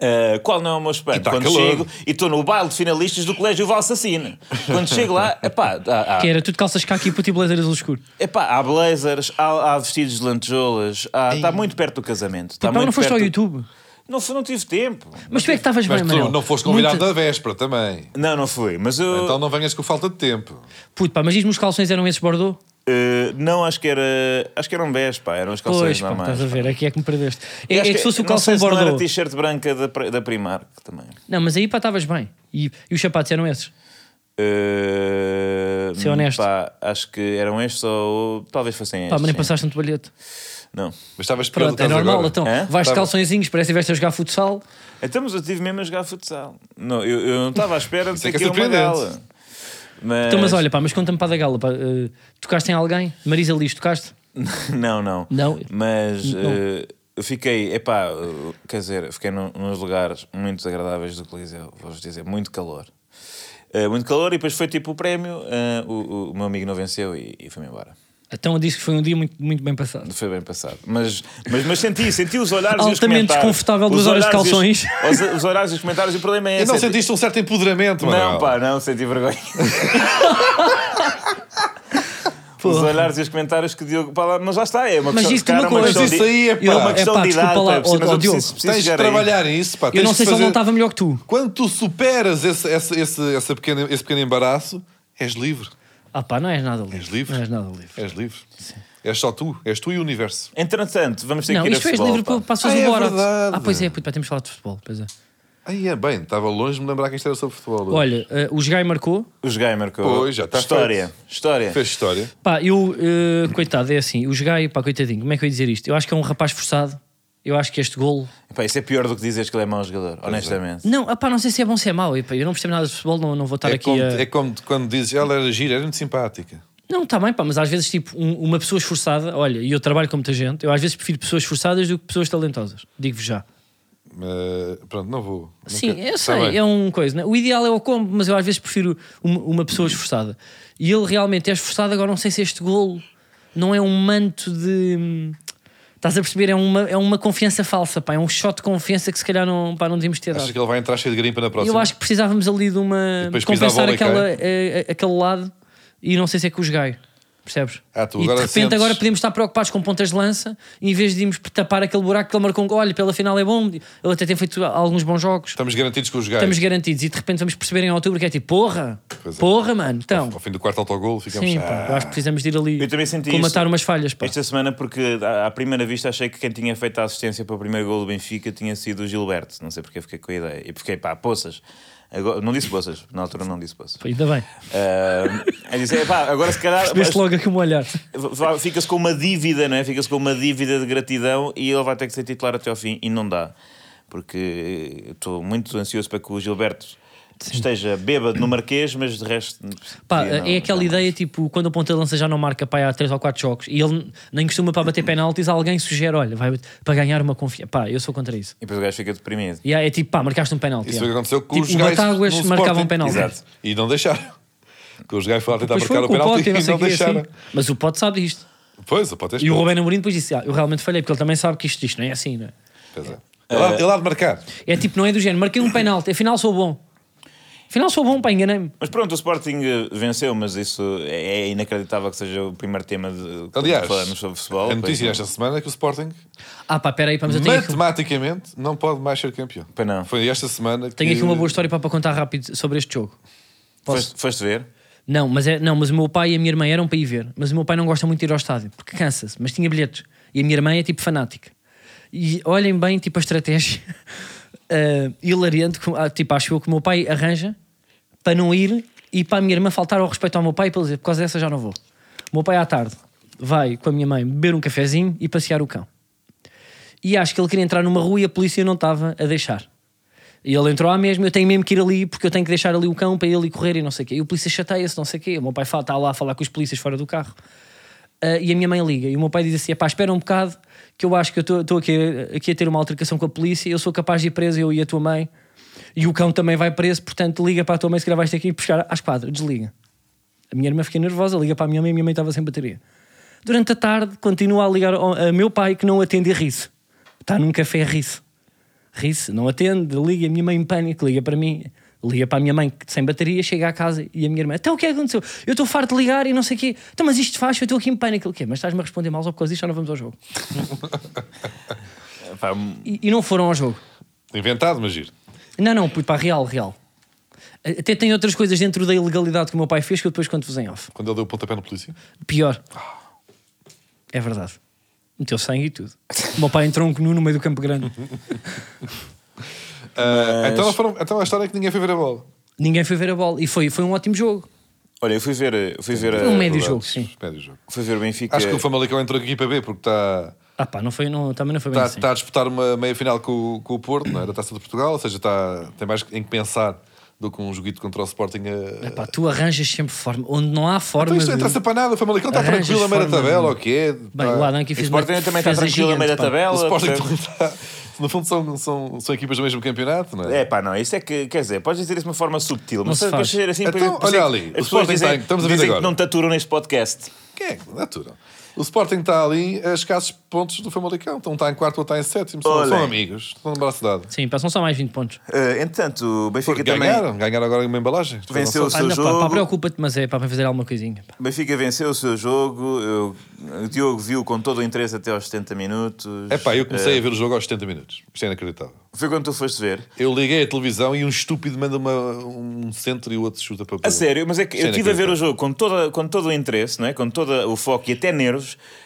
Speaker 2: Eh, qual não é o meu espanto?
Speaker 3: E tá
Speaker 2: Quando
Speaker 3: calor.
Speaker 2: chego e estou no baile de finalistas do Colégio Valsacina. Quando chego lá, epá, há, há,
Speaker 1: Que era tudo calças cá aqui, puto e blazer azul escuro.
Speaker 2: Epá, há blazers, há, há vestidos de lantejoulas, há- está muito perto do casamento. Está
Speaker 1: Pá,
Speaker 2: muito
Speaker 1: Tipo, não foste
Speaker 2: perto
Speaker 1: ao
Speaker 2: do-
Speaker 1: YouTube.
Speaker 2: Não, fui, não tive tempo.
Speaker 1: Mas tu é que estavas bem,
Speaker 3: Mas tu
Speaker 1: Manuel.
Speaker 3: não foste convidado
Speaker 1: Muita-
Speaker 3: da véspera também.
Speaker 2: Não, não fui, mas eu
Speaker 3: Então não venhas com falta de tempo.
Speaker 1: Puto, pá, mas diz-me os calções eram esses Bordeaux?
Speaker 2: eh, não acho que era. Acho que eram 10, pá, eram os
Speaker 1: Pois,
Speaker 2: calções não
Speaker 1: pá,
Speaker 2: há mais.
Speaker 1: estás a ver, aqui é que me perdeste. É,
Speaker 2: E
Speaker 1: é
Speaker 2: acho
Speaker 1: que se fosse o
Speaker 2: não sei
Speaker 1: calção
Speaker 2: se não era
Speaker 1: Bordeaux.
Speaker 2: t-shirt branca da, Pri- da Primark também.
Speaker 1: Não, mas aí pá, estavas bem. E, e os sapatos eram esses?
Speaker 2: Eh,
Speaker 1: Ser honesto.
Speaker 2: pá, acho que eram estes ou talvez fossem
Speaker 1: Pá,
Speaker 2: estes.
Speaker 1: mas nem
Speaker 2: sim.
Speaker 1: passaste no balhete.
Speaker 2: Não.
Speaker 3: Mas estavas pior do
Speaker 1: Pronto,
Speaker 3: que
Speaker 1: é
Speaker 3: estás
Speaker 1: normal.
Speaker 3: agora.
Speaker 1: Então,
Speaker 2: É?
Speaker 1: vais de
Speaker 3: Tava.
Speaker 1: calçõezinhos, parece que estiveste a jogar futsal.
Speaker 2: Então, mas eu tive mesmo a jogar futsal. Não, eu, eu não estava à espera de
Speaker 3: Isso é
Speaker 2: ter que
Speaker 3: que é
Speaker 2: ir a uma
Speaker 3: surpreendente.
Speaker 2: gala. Mas...
Speaker 1: Então,
Speaker 3: É.
Speaker 1: mas olha, pá, mas conta-me para da gala. Pá, eh, tocaste em alguém? Marisa Liz, tocaste?
Speaker 2: (laughs) Não, não.
Speaker 1: Não?
Speaker 2: Mas
Speaker 1: Não.
Speaker 2: eh, eu fiquei, epá, eh, quer dizer, fiquei num- nos lugares muito desagradáveis do Coliseu, vou-vos dizer, muito calor. Eh, muito calor e depois foi tipo o prémio, eh, o, o meu amigo não venceu e, e foi-me embora.
Speaker 1: Então eu disse que foi um dia muito, muito bem passado.
Speaker 2: Foi bem passado. Mas, mas, mas senti, senti os olhares e os
Speaker 1: Altamente
Speaker 2: comentários.
Speaker 1: desconfortável
Speaker 2: Os
Speaker 1: duas horas de
Speaker 2: olhares e os-
Speaker 1: calções.
Speaker 2: Os, os olhares e os comentários e o problema é
Speaker 3: E não
Speaker 2: esse.
Speaker 3: sentiste um certo empoderamento, Manuel?
Speaker 2: Não, pá, não, senti vergonha. Os olhares e os comentários que Diogo. pá, lá- mas lá está, é uma
Speaker 1: Mas
Speaker 2: questão
Speaker 1: isso tem uma
Speaker 2: cara,
Speaker 1: coisa.
Speaker 2: questão
Speaker 3: Mas isso
Speaker 2: de-
Speaker 3: aí é pá.
Speaker 2: é uma
Speaker 3: É
Speaker 2: questão
Speaker 1: pá,
Speaker 2: de idade.
Speaker 1: desculpa lá,
Speaker 2: pá, é preciso-
Speaker 1: ó,
Speaker 2: mas eu
Speaker 1: ó, Diogo.
Speaker 2: preciso- preciso
Speaker 3: Tens de
Speaker 2: chegar aí.
Speaker 3: trabalhar isso, pá.
Speaker 1: Eu
Speaker 3: Ah, tens
Speaker 1: não
Speaker 3: de
Speaker 1: sei se ele
Speaker 3: fazer-
Speaker 1: não estava melhor que tu.
Speaker 3: Quando tu superas esse, essa- esse, essa pequena, esse pequeno embaraço, és livre.
Speaker 1: Ah pá, não és nada livre.
Speaker 3: És livre?
Speaker 1: Não és nada livre.
Speaker 3: És livre. És só tu. És tu e o universo.
Speaker 2: Entretanto, vamos ter
Speaker 1: Não,
Speaker 2: que ir a
Speaker 1: isto és
Speaker 2: futebol.
Speaker 1: livre
Speaker 2: pá.
Speaker 1: para passas
Speaker 3: Ah,
Speaker 1: o
Speaker 3: é
Speaker 1: Borat.
Speaker 3: verdade.
Speaker 1: Ah, pois é, puto, pá, temos falado de futebol. Pois é.
Speaker 3: Aí é bem, estava longe de me lembrar que isto era sobre futebol. hoje.
Speaker 1: Olha, eh, o Jogai marcou.
Speaker 2: Os gamer que eu-
Speaker 3: Pois, já está
Speaker 2: História. História.
Speaker 3: Fez história.
Speaker 1: Pá, eu, eh, coitado, é assim, o Jogai, pá, coitadinho, como é que eu ia dizer isto? Eu acho que é um rapaz forçado, eu acho que este golo.
Speaker 2: Pá, isso é pior do que dizeres que ele é mau jogador, honestamente.
Speaker 1: Não, ah, pá, não sei se é bom ou se é mau, e, pá, eu não percebo nada de futebol, não, não vou estar
Speaker 3: É
Speaker 1: aqui
Speaker 3: como,
Speaker 1: a.
Speaker 3: é como quando dizes ela era gira, era muito simpática.
Speaker 1: Não, está bem, pá, mas às vezes, tipo, um- uma pessoa esforçada, olha, e eu trabalho com muita gente, eu às vezes prefiro pessoas esforçadas do que pessoas talentosas, digo-vos já.
Speaker 3: Mas, Eh, pronto, não vou. Não
Speaker 1: Sim,
Speaker 3: quero.
Speaker 1: eu
Speaker 3: Está
Speaker 1: sei,
Speaker 3: Tá bem.
Speaker 1: é um coisa. né? O ideal é o combo, mas eu às vezes prefiro uma, uma pessoa esforçada. E ele realmente é esforçado, agora não sei se este golo não é um manto de. Estás a perceber? É uma, é uma confiança falsa, pá. É um shot de confiança que se calhar não, pá, não devíamos ter
Speaker 3: Achas
Speaker 1: dado.
Speaker 3: que ele vai entrar cheio de grimpa na
Speaker 1: E
Speaker 3: próxima?
Speaker 1: Eu acho que precisávamos ali de uma.
Speaker 3: depois pisa a
Speaker 1: compensar
Speaker 3: bola e
Speaker 1: aquela,
Speaker 3: cai.
Speaker 1: eh, eh, aquele lado e não sei se é que os gai. Percebes?
Speaker 3: Ah, tu
Speaker 1: e de
Speaker 3: agora
Speaker 1: repente
Speaker 3: sentes-
Speaker 1: agora podemos estar preocupados com pontas de lança em vez de irmos tapar aquele buraco que ele marcou um gol. Olha, pela final é bom. Ele até tem feito alguns bons jogos.
Speaker 3: Estamos garantidos com os gajos.
Speaker 1: Estamos garantidos. E de repente vamos perceber em outubro que é tipo, porra,
Speaker 3: Pois é.
Speaker 1: porra, mano. Então,
Speaker 3: Ao fim do quarto autogol ficamos...
Speaker 1: sim, pá, eu acho que precisamos de ir ali
Speaker 2: Eu também senti
Speaker 1: comatar
Speaker 2: isso.
Speaker 1: umas falhas. Pá.
Speaker 2: Esta semana, porque à à primeira vista achei que quem tinha feito a assistência para o primeiro gol do Benfica tinha sido o Gilberto. Não sei porque fiquei com a ideia. E fiquei, pá, poças. Agora- não disse poças, na altura não disse poças.
Speaker 1: Pá, Ainda bem.
Speaker 2: Ah, eu disse, "É, pá, agora se calhar.
Speaker 1: Veste logo aqui um olhar.
Speaker 2: Vá- Fica-se com uma dívida, não é? Fica-se com uma dívida de gratidão e ele vai ter que ser titular até ao fim e não dá. Porque eh, estou muito ansioso para que o Gilberto esteja bêbado no Marquês, mas de resto.
Speaker 1: Pá,
Speaker 2: não-
Speaker 1: é aquela
Speaker 2: não.
Speaker 1: ideia tipo quando o ponta de lança já não marca pá, há 3 ou 4 jogos e ele nem costuma para bater penaltis, alguém sugere, olha, vai para ganhar uma confiança. Pá, eu sou contra isso.
Speaker 2: E depois o gajo fica deprimido.
Speaker 1: E é, é tipo, pá, marcaste um penalti.
Speaker 3: Isso
Speaker 1: é.
Speaker 3: foi o que aconteceu com
Speaker 1: Tipo,
Speaker 3: os
Speaker 1: o
Speaker 3: gajos
Speaker 1: Batáguas
Speaker 3: no
Speaker 1: marcavam
Speaker 3: Sporting.
Speaker 1: penaltis.
Speaker 3: Exato. E não deixaram. Que os gajos foram tentar
Speaker 1: Pois foi
Speaker 3: marcar o
Speaker 1: com o
Speaker 3: penalti
Speaker 1: Pote,
Speaker 3: e
Speaker 1: não sei
Speaker 3: não
Speaker 1: o quê,
Speaker 3: deixaram.
Speaker 1: assim. Mas o Pote sabe disto.
Speaker 3: Pois, o Pote é
Speaker 1: E o
Speaker 3: esperto.
Speaker 1: Rubén Amorim depois disse, ah, eu realmente falhei, porque ele também sabe que isto, isto não é assim, não é?
Speaker 3: Pois é.
Speaker 2: Eh,
Speaker 3: Ele há- Ele há de marcar.
Speaker 1: É tipo, não é do género, marquei um penalti, afinal sou bom. Afinal sou bom, pá, enganei-me.
Speaker 2: Mas pronto, o Sporting eh, venceu, mas isso é é inacreditável que seja o primeiro tema de quando
Speaker 3: Aliás,
Speaker 2: falamos sobre futebol.
Speaker 3: a notícia
Speaker 2: pois
Speaker 3: desta semana é que o Sporting,
Speaker 1: Ah pá, peraí, vamos, eu tenho aqui,
Speaker 3: matematicamente, não pode mais ser campeão.
Speaker 2: Pois não.
Speaker 3: Foi esta semana que...
Speaker 1: tenho aqui uma boa história para, para contar rápido sobre este jogo.
Speaker 2: não. Foste, foste ver?
Speaker 1: Não, mas é, não, mas o meu pai e a minha irmã eram para ir ver, mas o meu pai não gosta muito de ir ao estádio, porque cansa-se, mas tinha bilhetes. E a minha irmã é tipo fanática. E olhem bem, tipo, a estratégia (laughs) eh, hilariante, que, ah, tipo, acho eu que o meu pai arranja para não ir e para a minha irmã faltar ao respeito ao meu pai, para ele dizer, por causa dessa já não vou. O meu pai à tarde vai com a minha mãe beber um cafezinho e passear o cão. E acho que ele queria entrar numa rua e a polícia não estava a deixar. E ele entrou à mesma, eu tenho mesmo que ir ali porque eu tenho que deixar ali o cão para ele ir correr e não sei o quê. E o polícia chateia-se, não sei o quê. O meu pai fala- está lá a falar com os polícias fora do carro. Ah, e a minha mãe liga. E o meu pai diz assim: pá, espera um bocado, que eu acho que eu estou- estou aqui, aqui a ter uma altercação com a polícia, eu sou capaz de ir preso, eu e a tua mãe. E o cão também vai preso, portanto liga para a tua mãe se calhar vais ter que ir buscar às quadras, desliga. A minha irmã fica nervosa, liga para a minha mãe e a minha mãe estava sem bateria. Durante a tarde, continua a ligar ao, a meu pai que não atende e ri-se. Está num café, ri-se. Ri-se, não atende, liga, a minha mãe em pânico, liga para mim, liga para a minha mãe que sem bateria, chega à casa e a minha irmã, então o que é que aconteceu? Eu estou farto de ligar e não sei o quê, então mas isto faz, eu estou aqui em pânico, o quê? Mas estás-me a responder mal só por causa disto, já não vamos ao jogo.
Speaker 2: Eh, Pá, m-
Speaker 1: E, e não foram ao jogo.
Speaker 3: Inventado, mas giro.
Speaker 1: Não, não, puto, pá, real, real. Até tem outras coisas dentro da ilegalidade que o meu pai fez que eu depois conto-vos em off.
Speaker 3: Quando ele deu o pontapé na polícia.
Speaker 1: Pior. É verdade. Meteu sangue e tudo. O meu pai entrou um nu no meio do campo grande.
Speaker 3: Ah, então, elas foram, então a história é que ninguém foi ver a bola.
Speaker 1: Ninguém foi ver a bola. E foi, foi um ótimo jogo.
Speaker 2: olha, eu fui ver. eh, Fui ver
Speaker 1: Foi um
Speaker 2: eh,
Speaker 1: médio
Speaker 2: verdade.
Speaker 1: jogo, sim.
Speaker 3: Espera o jogo.
Speaker 2: Fui ver o Benfica.
Speaker 3: Acho que o Famalicão entrou aqui para B porque está
Speaker 1: Ah pá, não foi, não, também não foi bem
Speaker 3: está-
Speaker 1: assim.
Speaker 3: está a disputar uma meia-final com, o- com o Porto, não é? da Taça de Portugal, ou seja, está, tem mais em que pensar do que um joguito contra o Sporting a,
Speaker 1: Pá, tu arranjas sempre forma. Onde não há forma.
Speaker 3: Então isto não
Speaker 1: de-
Speaker 3: interessa para nada, o Famalicão está
Speaker 1: Arranjas
Speaker 3: tranquilo a meia da
Speaker 1: forma
Speaker 3: tabela,
Speaker 1: de-
Speaker 3: o que é?
Speaker 1: Bem, o Adam aqui
Speaker 2: O
Speaker 1: fez
Speaker 2: Sporting
Speaker 1: uma
Speaker 2: também está
Speaker 1: defesa
Speaker 2: tranquilo no
Speaker 1: gigante,
Speaker 2: meio da
Speaker 1: pá.
Speaker 2: tabela.
Speaker 3: O Sporting
Speaker 2: portanto-
Speaker 3: (laughs) está, no fundo são, são, são equipas do mesmo campeonato, não é?
Speaker 2: É pá, não, isso é que, quer dizer, podes dizer isso de uma forma subtil,
Speaker 1: Não
Speaker 2: mas
Speaker 1: se faz.
Speaker 2: depois ser assim,
Speaker 3: Então,
Speaker 2: por- por
Speaker 3: olha
Speaker 2: isso-
Speaker 3: ali,
Speaker 2: as
Speaker 3: o
Speaker 2: pessoas
Speaker 3: Sporting
Speaker 2: dizem,
Speaker 3: tem- estamos a ver
Speaker 2: dizem
Speaker 3: agora.
Speaker 2: que não te aturam neste podcast.
Speaker 3: Quem é que natura? O Sporting está ali a escassos pontos do Famalicão. Então está em quarto ou está em sétimo. São,
Speaker 2: Olha.
Speaker 3: são amigos, estão no braço dado.
Speaker 1: Sim, passam só mais 20 pontos.
Speaker 2: Eh, entretanto, o Benfica também
Speaker 3: Ganharam, ganharam agora uma embalagem.
Speaker 2: venceu o
Speaker 1: Ah,
Speaker 2: seu
Speaker 1: não, pá, pá,
Speaker 2: jogo.
Speaker 1: preocupa-te, mas é pá, para fazer alguma coisinha. pá.
Speaker 2: O Benfica venceu o seu jogo. eu- o Diogo viu com todo o interesse até aos 70 minutos.
Speaker 3: É pá, eu comecei a ver o jogo aos 70 minutos. Isto é inacreditável.
Speaker 2: Foi quando tu foste ver.
Speaker 3: Eu liguei a televisão e um estúpido manda uma- um centro e o outro chuta para
Speaker 2: A sério, mas é que
Speaker 3: Isto
Speaker 2: eu
Speaker 3: é
Speaker 2: estive a ver
Speaker 3: inacreditável.
Speaker 2: o jogo com, toda, com todo o interesse, não é? com todo o foco e até nervos.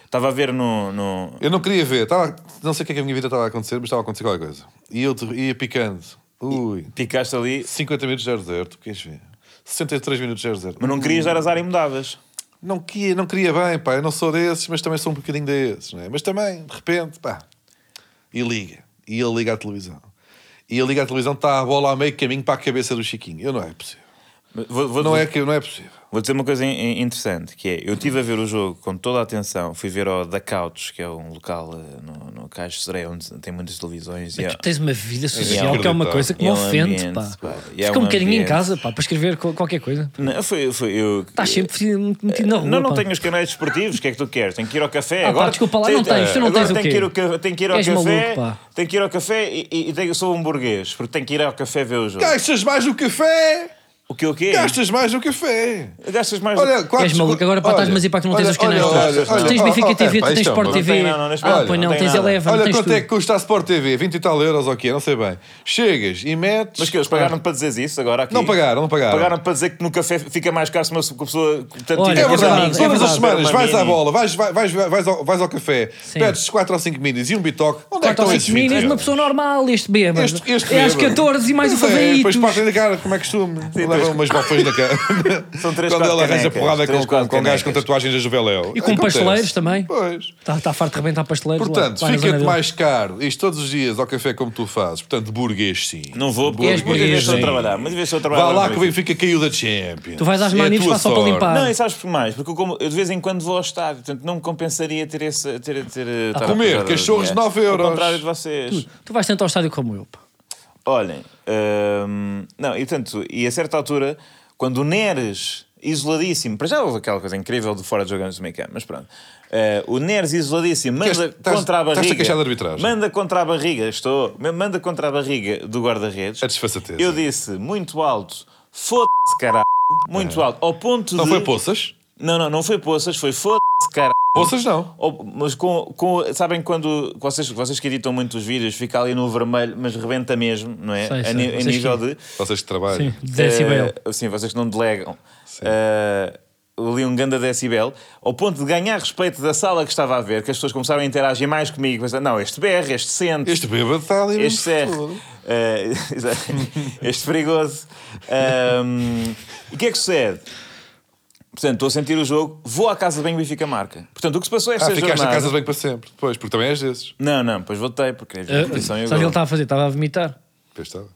Speaker 2: Estava a ver no. no...
Speaker 3: Eu não queria ver, estava, não sei o que é que a minha vida estava a acontecer, mas estava a acontecer qualquer coisa. E eu te- ia picando. Ui,
Speaker 2: Picaste ali,
Speaker 3: 50 minutos 00, tu queres ver? 63 minutos 00.
Speaker 2: mas não querias dar azar e mudavas.
Speaker 3: Não queria, não queria bem, pá. Eu não sou desses, mas também sou um bocadinho desses, não é? Mas também, de repente, pá. E liga. E ele liga à televisão. E ele liga à televisão, está a bola a meio caminho para a cabeça do Chiquinho. Eu não é possível.
Speaker 2: Vou, vou-
Speaker 3: Não é, que, não é possível.
Speaker 2: Vou dizer uma coisa in- interessante, que é, eu estive a ver o jogo com toda a atenção, fui ver ao Da Couch, que é um local eh, no, no Caixo de Seré, onde tem muitas televisões. e é
Speaker 1: Mas
Speaker 2: há-
Speaker 1: tu tens uma vida social
Speaker 2: É
Speaker 1: que é uma coisa que me
Speaker 2: um
Speaker 1: ofende.
Speaker 2: ambiente,
Speaker 1: pá.
Speaker 2: pá, e é
Speaker 1: Fica um,
Speaker 2: um
Speaker 1: bocadinho em
Speaker 2: ambiente.
Speaker 1: casa pá, para escrever co- qualquer coisa.
Speaker 2: Não, foi, foi eu... eh,
Speaker 1: Estás sempre metido na rua.
Speaker 2: Não, não
Speaker 1: pá.
Speaker 2: tenho os canais desportivos, o que é que tu queres? Tenho que ir ao café
Speaker 1: Ah, pá,
Speaker 2: agora.
Speaker 1: desculpa lá, não
Speaker 2: tenho-
Speaker 1: tens, tu não
Speaker 2: agora
Speaker 1: tens o
Speaker 2: tenho
Speaker 1: quê?
Speaker 2: Que ir ao, ca- tenho que ir ao
Speaker 1: És
Speaker 2: café,
Speaker 1: maluco, pá.
Speaker 2: tenho que ir ao café e, e- e tenho- sou um burguês, porque tenho que ir ao café ver o jogo.
Speaker 3: Caixas mais o café!
Speaker 2: O que o quê?
Speaker 3: Gastas mais no café.
Speaker 2: Gastas mais do-
Speaker 3: Olha, quatro
Speaker 1: És maluco, agora para estás-me a dizer para que não tens os canais todos. Tu tens Benfica TV, tu tens Sport TV.
Speaker 2: tem, não, não, não,
Speaker 1: Ah,
Speaker 2: não
Speaker 1: pois não,
Speaker 2: tem
Speaker 1: tens
Speaker 2: nada.
Speaker 1: Eleven,
Speaker 3: é um Olha
Speaker 1: tens
Speaker 3: quanto
Speaker 1: tudo.
Speaker 3: é que custa a Sport TV, 20 e tal euros ou o quê, não sei bem. Chegas e metes.
Speaker 2: Mas que eles pagaram para dizer isso agora aqui?
Speaker 3: Não pagaram, não pagaram.
Speaker 2: Pagaram para dizer que no café fica mais caro se uma se uma pessoa... Portanto,
Speaker 1: Olha,
Speaker 2: fica
Speaker 3: É
Speaker 1: É
Speaker 2: com os
Speaker 1: verdade,
Speaker 3: verdade,
Speaker 2: amigos,
Speaker 1: é
Speaker 3: todas
Speaker 1: verdade.
Speaker 3: as semanas
Speaker 2: Uma
Speaker 3: vais à
Speaker 2: mini.
Speaker 3: bola, vais, vais, vais, vais, ao, vais ao café,
Speaker 1: Sim.
Speaker 3: pedes 4 ou 5 minis e um bitoque. Onde
Speaker 1: 4
Speaker 3: é que estão
Speaker 1: ou
Speaker 3: esses
Speaker 1: 5 minis,
Speaker 3: 20?
Speaker 1: uma pessoa normal, este bêbado.
Speaker 3: Este, este
Speaker 1: é às
Speaker 3: bêbado.
Speaker 1: 14 e mais o
Speaker 3: Pois é, Depois
Speaker 1: favorito.
Speaker 3: partem da cara, como é costume. Levam
Speaker 2: três-
Speaker 3: umas bofões na cara.
Speaker 2: (laughs) São três,
Speaker 3: Quando
Speaker 2: quatro
Speaker 3: ele arranja
Speaker 2: canecas,
Speaker 3: porrada
Speaker 2: três,
Speaker 3: com, com,
Speaker 2: quatro
Speaker 3: com gajos com
Speaker 2: canecas.
Speaker 3: tatuagens da Juveléu.
Speaker 1: E com
Speaker 3: Acontece.
Speaker 1: pasteleiros também.
Speaker 3: Pois.
Speaker 1: Está tá farto de rebentar pasteleiros. lá,
Speaker 3: Portanto,
Speaker 1: lá na zona
Speaker 3: fica-te
Speaker 1: dele.
Speaker 3: mais caro isto todos os dias ao café como tu fazes. Portanto, burguês sim.
Speaker 2: Não vou, porque
Speaker 1: És
Speaker 2: muitas vezes estou a
Speaker 1: burguês,
Speaker 2: trabalhar. Muitas vezes estou a trabalhar.
Speaker 3: Vá lá
Speaker 2: agora
Speaker 3: que o
Speaker 2: no Benfica.
Speaker 3: Benfica caiu da Champions.
Speaker 1: Tu vais às
Speaker 3: É a
Speaker 1: manifes,
Speaker 3: tua
Speaker 1: pá, só para
Speaker 3: sorte.
Speaker 1: limpar.
Speaker 2: Não, e sabes por mais? Porque eu como- eu de vez em quando vou ao estádio, portanto não me compensaria ter esse... Ter, ter, estar a
Speaker 3: comer
Speaker 2: pagar
Speaker 3: cachorros
Speaker 2: dinheiro.
Speaker 3: 9 euros.
Speaker 2: Ao contrário de vocês.
Speaker 1: Tu vais tentar ao estádio como eu. pá.
Speaker 2: Olhem, hum, não, e portanto, e a certa altura, quando o Neres isoladíssimo, para já houve aquela coisa incrível do fora de jogo antes do meio campo, mas pronto. Eh, o Neres isoladíssimo manda
Speaker 3: Estás- estás-
Speaker 2: contra a
Speaker 3: estás-te a
Speaker 2: barriga.
Speaker 3: queixar da arbitragem.
Speaker 2: Manda contra a barriga, estou. Manda contra a barriga do guarda-redes.
Speaker 3: A desfaçatez.
Speaker 2: Eu disse muito alto, foda-se caralho, muito alto, ao ponto
Speaker 3: É. Não
Speaker 2: de.
Speaker 3: foi poças?
Speaker 2: Não, não, não foi poças, foi foda-se caralho.
Speaker 3: Poças não.
Speaker 2: Ou- mas com, com- sabem quando vocês, vocês que editam muitos vídeos fica ali no vermelho, mas rebenta mesmo, não é?
Speaker 1: Sei,
Speaker 2: a,
Speaker 1: sei.
Speaker 2: ni- a
Speaker 1: Vocês
Speaker 2: nível
Speaker 1: que-
Speaker 2: de.
Speaker 3: Vocês que trabalham.
Speaker 1: Sim, decibel.
Speaker 2: Eh, sim, vocês que não delegam. Eh, ali um ganda decibel, ao ponto de ganhar respeito da sala que estava a ver, que as pessoas começaram a interagir mais comigo. Mas, não, este BR, este sente,
Speaker 3: Este bêbado está ali.
Speaker 2: este é- serre,
Speaker 3: todo.
Speaker 2: eh, (laughs) este perigoso. Ahm, e o que é que sucede? Portanto, estou a sentir o jogo, vou à casa de banho e fica marca. Portanto, o que se passou esta
Speaker 3: Ah, ficaste na
Speaker 2: jornada...
Speaker 3: casa de banho para sempre. Pois, porque também és desses.
Speaker 2: Não, não, depois voltei porque havia
Speaker 1: Ah,
Speaker 2: competição
Speaker 1: Sabe
Speaker 2: e eu
Speaker 1: o que ele tá-
Speaker 2: gol.
Speaker 1: estava a fazer? Estava a vomitar.
Speaker 3: Pois está. Ainda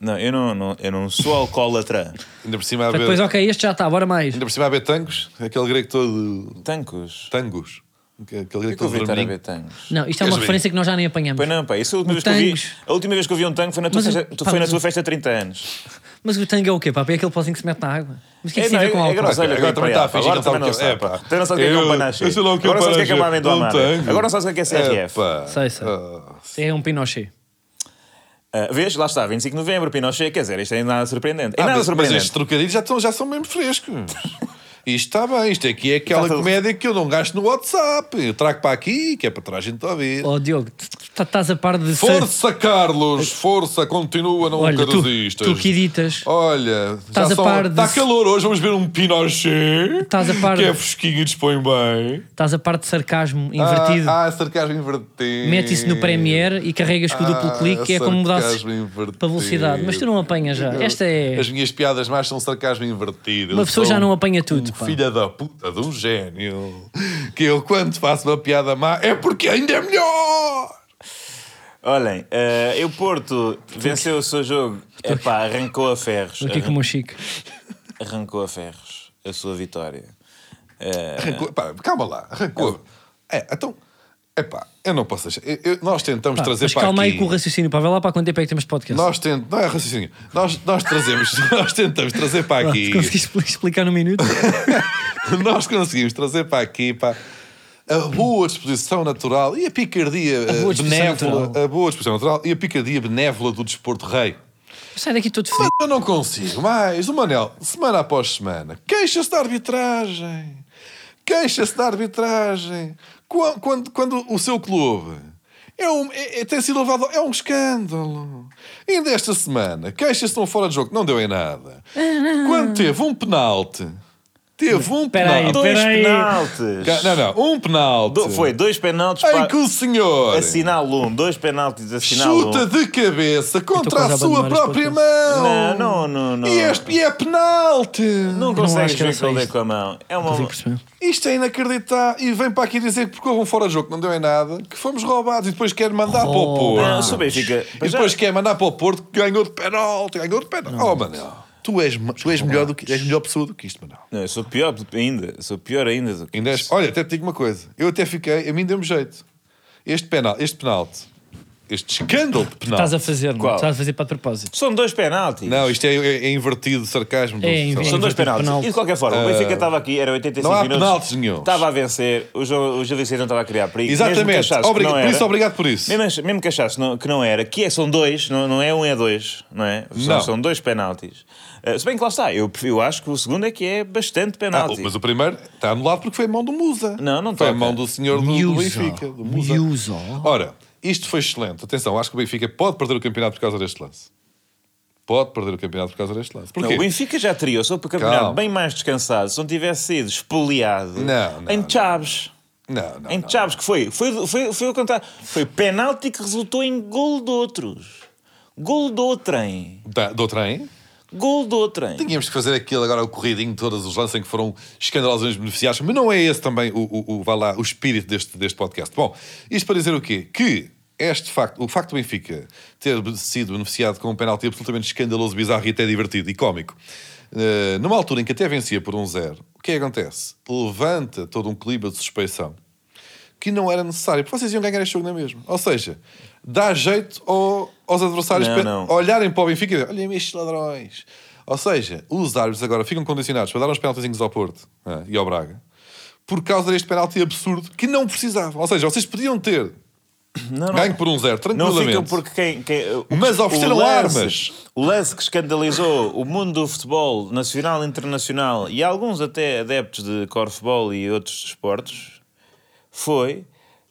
Speaker 2: Não, eu não, não, eu não sou alcoólatra.
Speaker 3: por cima há
Speaker 1: Então, Depois,
Speaker 3: ver-
Speaker 1: ok, este já está, bora mais.
Speaker 3: ainda por cima há betangos, aquele grego todo.
Speaker 2: Tancos.
Speaker 3: Tangos. Aquele
Speaker 2: O
Speaker 3: grego
Speaker 2: que eu
Speaker 3: todo
Speaker 2: vi estar a ver
Speaker 3: vermelhinho.
Speaker 2: tancos?
Speaker 1: Não, isto é uma
Speaker 3: Queres ver?
Speaker 1: referência que nós já nem apanhamos.
Speaker 2: Pois não, pá, isso é a última,
Speaker 1: Mas
Speaker 2: vez que eu vi,
Speaker 1: tangos.
Speaker 2: a última vez que eu vi um tango foi na tua,
Speaker 1: Mas o-
Speaker 2: festa, tu-
Speaker 1: pá,
Speaker 2: foi na
Speaker 1: mas
Speaker 2: tua
Speaker 1: o-
Speaker 2: festa de 30 anos.
Speaker 1: Mas o tango é o quê? Pá? É aquele pozinho que se mete na água. Mas o que é que isso tem
Speaker 2: não,
Speaker 1: a ver com
Speaker 2: é
Speaker 1: álcool?
Speaker 2: grosso, olha,
Speaker 3: Agora também
Speaker 2: está
Speaker 3: está a fingir que não sabe o que é. É, pá.
Speaker 2: Então não sabes o que é que é um
Speaker 3: Eu-
Speaker 2: panache.
Speaker 3: eu sei lá o que é
Speaker 2: Agora sabes o que é que é uma
Speaker 3: panache.
Speaker 2: amêndoa
Speaker 3: Não
Speaker 2: amara.
Speaker 3: tenho.
Speaker 2: Agora não sabes o que é que é CRF.
Speaker 3: Epá.
Speaker 1: Sei, sei.
Speaker 3: Ah,
Speaker 1: É um Pinochet.
Speaker 2: Ah, vês? Lá está, 25 de novembro, Pinochet. Quer dizer, isto é nada surpreendente. É
Speaker 3: Ah,
Speaker 2: nada
Speaker 3: mas, mas estes
Speaker 2: surpreendente. Hum.
Speaker 3: trocadilhos já, estão, já são mesmo frescos. Isto está bem, isto aqui é aquela
Speaker 2: Está tudo-
Speaker 3: comédia que eu não gasto no WhatsApp. Eu trago para aqui, que é para trás a gente ouvir.
Speaker 1: Oh, Diogo, tu- tu- tu- estás a par de.
Speaker 3: Força, Carlos! Força, continua, não
Speaker 1: Olha, tu,
Speaker 3: carosistas.
Speaker 1: tu que editas.
Speaker 3: Olha, já
Speaker 1: Estás a
Speaker 3: são-
Speaker 1: par
Speaker 3: está
Speaker 1: de-
Speaker 3: calor hoje, vamos ver um Pinochet.
Speaker 1: Estás a par
Speaker 3: Que é
Speaker 1: de-
Speaker 3: fresquinho e dispõe bem.
Speaker 1: Estás a par de sarcasmo invertido.
Speaker 3: Ah, ah sarcasmo invertido.
Speaker 1: Mete isso no Premiere e carregas com o duplo
Speaker 3: Ah,
Speaker 1: clique, é como mudasses
Speaker 3: sarcasmo invertido.
Speaker 1: para velocidade. Mas tu não apanhas já. Esta é.
Speaker 3: As minhas piadas mais são sarcasmo invertido.
Speaker 1: Uma
Speaker 3: Eu
Speaker 1: pessoa
Speaker 3: sou
Speaker 1: já não apanha tudo,
Speaker 3: Um
Speaker 1: pá.
Speaker 3: filha da puta de um gênio. Que eu, quando faço uma piada má, é porque ainda é melhor.
Speaker 2: Olhem, ah, e o Porto venceu o seu jogo. Epá, arrancou a ferros.
Speaker 1: Estou aqui como um chico.
Speaker 2: Arrancou a ferros a sua vitória. Ah,
Speaker 3: Arrancou- pá, calma lá, arrancou. É, então, é pá, eu não posso deixar. eu- eu- nós tentamos
Speaker 1: Pá,
Speaker 3: trazer
Speaker 1: mas
Speaker 3: para
Speaker 1: calma
Speaker 3: aqui.
Speaker 1: aí com o raciocínio, pá. Vai lá para quanto tempo é que temos de podcast.
Speaker 3: Nós tent... Não é raciocínio. Nós, nós trazemos, (laughs) nós tentamos trazer
Speaker 1: Pá,
Speaker 3: para
Speaker 1: (laughs)
Speaker 3: aqui.
Speaker 1: Conseguiste expli- explicar num minuto?
Speaker 3: nós conseguimos trazer para aqui pá, a boa disposição natural e a picardia eh,
Speaker 1: boa disposição
Speaker 3: benévola.
Speaker 1: natural.
Speaker 3: A boa disposição natural e a picardia benévola do desporto rei.
Speaker 1: Sai daqui todo
Speaker 3: Mas
Speaker 1: fedido.
Speaker 3: eu não consigo mais. O Manel, semana após semana, queixa-se da arbitragem. Queixa-se da arbitragem. Quan- Quando, quando o seu clube é um, é- é- tem sido levado. É um escândalo. Ainda esta semana, queixa-se de um fora de jogo que não deu em nada. Quando teve um penalti. Teve um
Speaker 1: Espera aí,
Speaker 3: penalti.
Speaker 2: dois
Speaker 1: Espera aí.
Speaker 2: penaltes.
Speaker 3: Ca- Não, não, um penalti.
Speaker 2: Do- foi dois penaltis
Speaker 3: Em
Speaker 2: para
Speaker 3: que o senhor
Speaker 2: assinal um, dois penaltis assinal
Speaker 3: chuta
Speaker 2: um.
Speaker 3: de cabeça contra
Speaker 1: quase a
Speaker 3: a sua
Speaker 1: abandonar este
Speaker 3: própria mão.
Speaker 2: Não, não, não, não.
Speaker 3: E este e é penalti.
Speaker 2: Não
Speaker 1: acho
Speaker 2: consegues
Speaker 1: que era
Speaker 2: ver
Speaker 1: só
Speaker 2: qual é
Speaker 1: isto.
Speaker 2: com a mão. É uma
Speaker 1: Consigo perceber.
Speaker 3: Isto é inacreditável. E vem para aqui dizer que porque houve um fora de jogo que não deu em nada, que fomos roubados e depois quer mandar para o Porto.
Speaker 2: Não, se o Benfica-
Speaker 3: E depois quer mandar para o Porto que ganhou de penalti, ganhou de penalti. Oh, Manel, tu és, ma- tu és, melhor, do que, és melhor pessoa do que isto, Manel.
Speaker 2: Não, eu sou pior do- ainda. Sou pior ainda do que
Speaker 3: Ainda és-
Speaker 2: isso.
Speaker 3: Olha, até te digo uma coisa. Eu até fiquei, a mim deu-me jeito. Este penalti, este penalti este escândalo penal.
Speaker 1: Estás a fazer, não? é?
Speaker 2: Qual?
Speaker 1: Estás a fazer para propósito.
Speaker 2: São dois penaltis.
Speaker 3: Não, isto é, é- é invertido sarcasmo. do-
Speaker 1: É
Speaker 3: sei lá.
Speaker 1: invertido.
Speaker 2: São dois penaltis.
Speaker 1: Penalti.
Speaker 2: E de qualquer forma, o Benfica estava aqui, era 85
Speaker 3: Ah, não há
Speaker 2: minutos.
Speaker 3: penaltis nenhum.
Speaker 2: Estava a vencer, o Gil o Gil Vicente não estava a criar perigo. Mesmo que
Speaker 3: Exatamente.
Speaker 2: achasse que
Speaker 3: Obriga-
Speaker 2: não
Speaker 3: por
Speaker 2: era-
Speaker 3: isso, obrigado por isso.
Speaker 2: Mesmo, ach- mesmo que achasse não- que não era, que é, são dois, não, não é um, é dois, não é? São,
Speaker 3: Não.
Speaker 2: são dois penaltis. Ah, se bem que lá está, eu, eu acho que o segundo é que é bastante
Speaker 3: Ah,
Speaker 2: penalti.
Speaker 3: mas o primeiro está anulado porque foi a mão do Musa.
Speaker 2: Não, não
Speaker 3: Foi a
Speaker 2: toca.
Speaker 3: mão do senhor É do, do Benfica. Do Musa.
Speaker 1: Muso.
Speaker 3: Ora, isto foi excelente. Atenção, acho que o Benfica pode perder o campeonato por causa deste lance. Pode perder o campeonato por causa deste lance.
Speaker 2: Não,
Speaker 3: Porquê?
Speaker 2: o Benfica já teria, sou para campeonato
Speaker 3: Calma.
Speaker 2: bem mais descansado se não tivesse sido espoliado
Speaker 3: Não, não,
Speaker 2: em
Speaker 3: não.
Speaker 2: Chaves.
Speaker 3: Não, não,
Speaker 2: Em
Speaker 3: não.
Speaker 2: Chaves, que foi? Foi, foi, foi o contrário. Foi penalti que resultou em golo de outros. Golo de outrem.
Speaker 3: Da- do trem?
Speaker 2: Golo de outrem.
Speaker 3: Tínhamos que fazer aquilo agora, o corridinho de todos os lances em que foram escandalosamente beneficiados, mas não é esse também o, o, o, vá lá, o espírito deste, deste podcast. Bom, isto para dizer o quê? Que este facto, o facto do Benfica ter sido beneficiado com um penalti absolutamente escandaloso, bizarro e até divertido e cómico, eh, numa altura em que até vencia por um zero, o que é que acontece? Levanta todo um clima de suspeição que não era necessário, porque vocês iam ganhar este jogo na mesma. Ou seja, dá jeito ao- aos adversários
Speaker 2: Não,
Speaker 3: para
Speaker 2: não.
Speaker 3: olharem para o Benfica e dizerem, olhem estes ladrões. Ou seja, os árbitros agora ficam condicionados para dar uns penaltizinhos ao Porto né, e ao Braga por causa deste penalti absurdo que não precisavam. Ou seja, vocês podiam ter
Speaker 2: Não, não.
Speaker 3: ganho por um zero
Speaker 2: Não
Speaker 3: tranquilamente.
Speaker 2: ficam porque quem. quem o-
Speaker 3: Mas ofereceram
Speaker 2: o lance-
Speaker 3: armas.
Speaker 2: O lance que escandalizou o mundo do futebol nacional e internacional e alguns até adeptos de corfball e outros desportos foi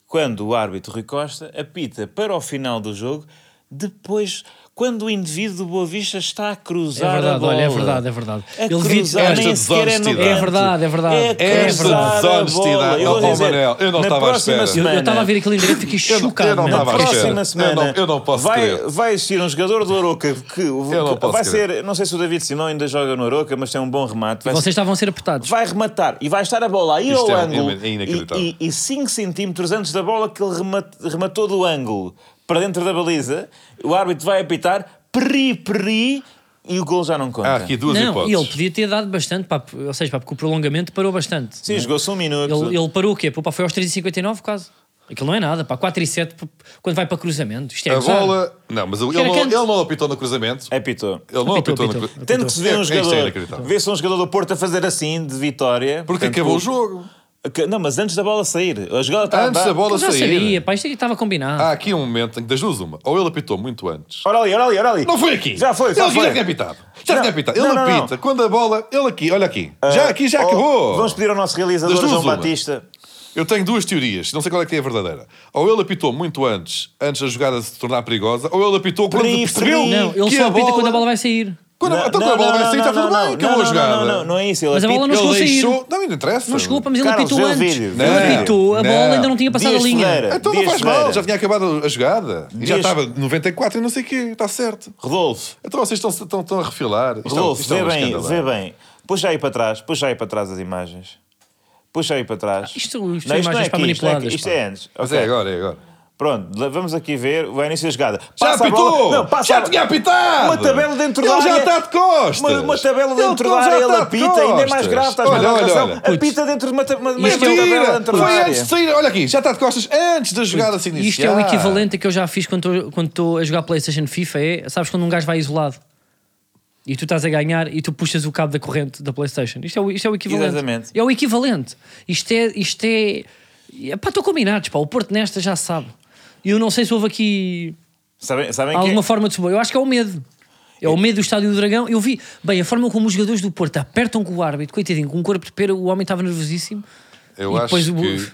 Speaker 2: quando o árbitro Rui Costa apita para o final do jogo depois. Quando o indivíduo do Boa Vista está a cruzar
Speaker 1: É
Speaker 2: a
Speaker 1: verdade,
Speaker 2: bola.
Speaker 1: olha, é verdade, é verdade.
Speaker 2: A
Speaker 1: Ele devia-
Speaker 2: cruzar,
Speaker 3: Esta
Speaker 2: nem sequer é no
Speaker 3: desonestidade.
Speaker 2: canto.
Speaker 3: É
Speaker 1: verdade, é verdade.
Speaker 2: É
Speaker 1: Esta
Speaker 2: cruzar a bola.
Speaker 3: desonestidade.
Speaker 2: Eu vou
Speaker 3: Oh,
Speaker 2: dizer,
Speaker 3: Manel, eu não
Speaker 2: na
Speaker 3: estava à
Speaker 2: próxima
Speaker 3: espera.
Speaker 1: Eu eu
Speaker 2: semana-
Speaker 1: estava a ver aquele em direto e fiquei
Speaker 3: (laughs) Eu não- eu não
Speaker 1: chocado. é?
Speaker 2: na
Speaker 3: estava à espera.
Speaker 2: próxima semana
Speaker 3: Eu não- eu não posso
Speaker 2: vai,
Speaker 3: crer.
Speaker 2: vai existir um jogador do Aroca que, que
Speaker 3: não posso
Speaker 2: vai
Speaker 3: crer.
Speaker 2: ser, não sei se o David Simão ainda joga no Aroca, mas tem um bom remate. Vai,
Speaker 1: Vocês estavam a ser apertados.
Speaker 2: vai rematar e vai estar a bola a ir
Speaker 3: Isto
Speaker 2: ao
Speaker 3: é um-
Speaker 2: ângulo
Speaker 3: é inacreditável.
Speaker 2: e- e 5 centímetros antes da bola que ele remate- rematou do ângulo para dentro da baliza. O árbitro vai apitar, peri, peri, e o gol já não conta.
Speaker 3: Há Ah, aqui duas
Speaker 1: Não, e
Speaker 3: hipóteses.
Speaker 1: ele podia ter dado bastante, pá, ou seja, pá, porque o prolongamento parou bastante.
Speaker 2: Sim, jogou-se um minuto.
Speaker 1: Ele, ele parou o quê? Pô, pá, foi aos 3,59 quase. Aquilo não é nada, pá, 4 e 7 pô, quando vai para cruzamento. Isto é
Speaker 3: A
Speaker 1: gozar.
Speaker 3: bola... Não, mas ele
Speaker 1: era
Speaker 3: não, ele
Speaker 1: canto.
Speaker 3: não apitou no cruzamento.
Speaker 2: Apitou.
Speaker 3: Ele
Speaker 1: Apitou,
Speaker 3: não apitou, no
Speaker 1: apitou.
Speaker 3: cruzamento.
Speaker 2: Tanto que se vê
Speaker 3: É-
Speaker 2: um
Speaker 3: isto é
Speaker 2: jogador,
Speaker 3: inacreditável.
Speaker 2: vê-se um jogador do Porto a fazer assim, de vitória.
Speaker 3: Porque
Speaker 2: Portanto,
Speaker 3: acabou o jogo.
Speaker 2: Que- Não, mas antes da bola sair. A jogada está a
Speaker 3: Antes
Speaker 2: andar.
Speaker 3: da bola
Speaker 1: Eu já
Speaker 3: sair...
Speaker 1: sabia, pá, isto aqui estava combinado.
Speaker 3: Há aqui um momento em que das duas uma. Ou ele apitou muito antes.
Speaker 2: Ora ali, ora ali, ora ali.
Speaker 3: Não foi aqui.
Speaker 2: Já foi,
Speaker 3: Ele
Speaker 2: já
Speaker 3: aqui
Speaker 2: foi.
Speaker 3: já tinha apitado. Já
Speaker 2: Não,
Speaker 3: tinha apitado. Ele
Speaker 2: não, não,
Speaker 3: apita. Quando a bola... Ele aqui, olha aqui. já aqui, já
Speaker 2: Oh,
Speaker 3: acabou.
Speaker 2: Vamos pedir ao nosso realizador
Speaker 3: Das duas,
Speaker 2: João
Speaker 3: uma.
Speaker 2: Batista.
Speaker 3: Eu tenho duas teorias. Não sei qual é que é a verdadeira. Ou ele apitou muito antes, antes da jogada se tornar perigosa, ou ele apitou quando
Speaker 2: Peri,
Speaker 3: percebeu
Speaker 2: peri.
Speaker 1: Não, ele
Speaker 3: que
Speaker 1: só
Speaker 3: a
Speaker 1: apita
Speaker 3: bola...
Speaker 1: quando a bola vai sair.
Speaker 3: Quando a-
Speaker 2: Não,
Speaker 3: então
Speaker 2: não,
Speaker 3: quando a bola vai
Speaker 2: não,
Speaker 3: sair,
Speaker 2: não,
Speaker 3: está tudo
Speaker 2: não,
Speaker 3: bem.
Speaker 2: não,
Speaker 3: Acabou a
Speaker 2: não, não,
Speaker 3: jogada.
Speaker 2: Não, não, não é isso. Ele
Speaker 1: Mas a bola
Speaker 2: apita-
Speaker 1: não chegou a
Speaker 3: Ele
Speaker 1: sair.
Speaker 3: deixou... Não, não interessa.
Speaker 1: Não chegou, pá, mas ele
Speaker 2: Carlos,
Speaker 1: apitou
Speaker 2: vê o
Speaker 1: antes.
Speaker 2: vídeo, vê
Speaker 1: ele
Speaker 2: o vídeo.
Speaker 1: apitou, a
Speaker 3: Não.
Speaker 1: bola ainda não tinha passado
Speaker 2: né? Dias
Speaker 1: a linha.
Speaker 2: Ferreira.
Speaker 3: Então não
Speaker 2: Dias
Speaker 3: faz mal,
Speaker 2: Ferreira.
Speaker 3: já tinha acabado a jogada. E já
Speaker 2: Dias-
Speaker 3: estava 94 e não sei o quê, está certo.
Speaker 2: é- Rodolfo,
Speaker 3: Então vocês estão, estão, estão a refilar. Isto é um-
Speaker 2: Rodolfo,
Speaker 3: isto é
Speaker 2: vê
Speaker 3: um
Speaker 2: bem,
Speaker 3: escândalo.
Speaker 2: vê bem. Puxa aí para trás, puxa aí para trás as imagens. Puxa aí para trás.
Speaker 1: Isto- isto
Speaker 2: Não,
Speaker 1: é
Speaker 2: não
Speaker 1: imagens
Speaker 2: aqui,
Speaker 1: para
Speaker 2: isto não é aqui,
Speaker 1: manipuladas,
Speaker 2: Isto
Speaker 1: pá.
Speaker 2: é antes.
Speaker 3: Mas
Speaker 2: Ok.
Speaker 3: é agora, é agora.
Speaker 2: Pronto, lá- vamos aqui ver o início da jogada.
Speaker 3: Já
Speaker 2: Passa a
Speaker 3: apitou!
Speaker 2: bola- Não, passa
Speaker 3: já
Speaker 2: a-
Speaker 3: tinha apitado!
Speaker 2: Uma tabela dentro
Speaker 3: ele
Speaker 2: da área.
Speaker 3: já está de costas!
Speaker 2: Uma, uma tabela
Speaker 3: Ele-
Speaker 2: dentro
Speaker 3: ele
Speaker 2: da área,
Speaker 3: já
Speaker 2: ele
Speaker 3: está de
Speaker 2: apita, ainda é mais
Speaker 3: costas.
Speaker 2: grave, estás
Speaker 3: olha,
Speaker 2: na
Speaker 3: olha,
Speaker 2: razão.
Speaker 3: olha.
Speaker 2: Apita dentro de uma, ta- uma, uma
Speaker 1: Isto é
Speaker 2: uma tabela
Speaker 3: Mentira!
Speaker 2: dentro da
Speaker 3: Foi
Speaker 2: área.
Speaker 3: antes de sair, olha aqui, já está de costas antes da jogada se
Speaker 2: assim,
Speaker 3: iniciar.
Speaker 1: Isto é o equivalente a que eu já fiz quando estou- quando estou a jogar Playstation FIFA, é, sabes quando um gajo vai isolado e tu estás a ganhar e tu puxas o cabo da corrente da Playstation. Isto é o, isto é o equivalente.
Speaker 2: Exatamente.
Speaker 1: É o equivalente. Isto é... Isto é... é Pá, estão combinados, pá. O Porto nesta já sabe. E eu não sei se houve aqui
Speaker 2: Sabem, sabem que-
Speaker 1: alguma forma de subir. Eu acho que é o medo. É o medo do Estádio do Dragão. Eu vi, bem, a forma como os jogadores do Porto apertam com o árbitro, coitadinho, com um corpo de pera, o homem estava nervosíssimo.
Speaker 3: Eu
Speaker 1: E
Speaker 3: acho
Speaker 1: depois o-
Speaker 3: que...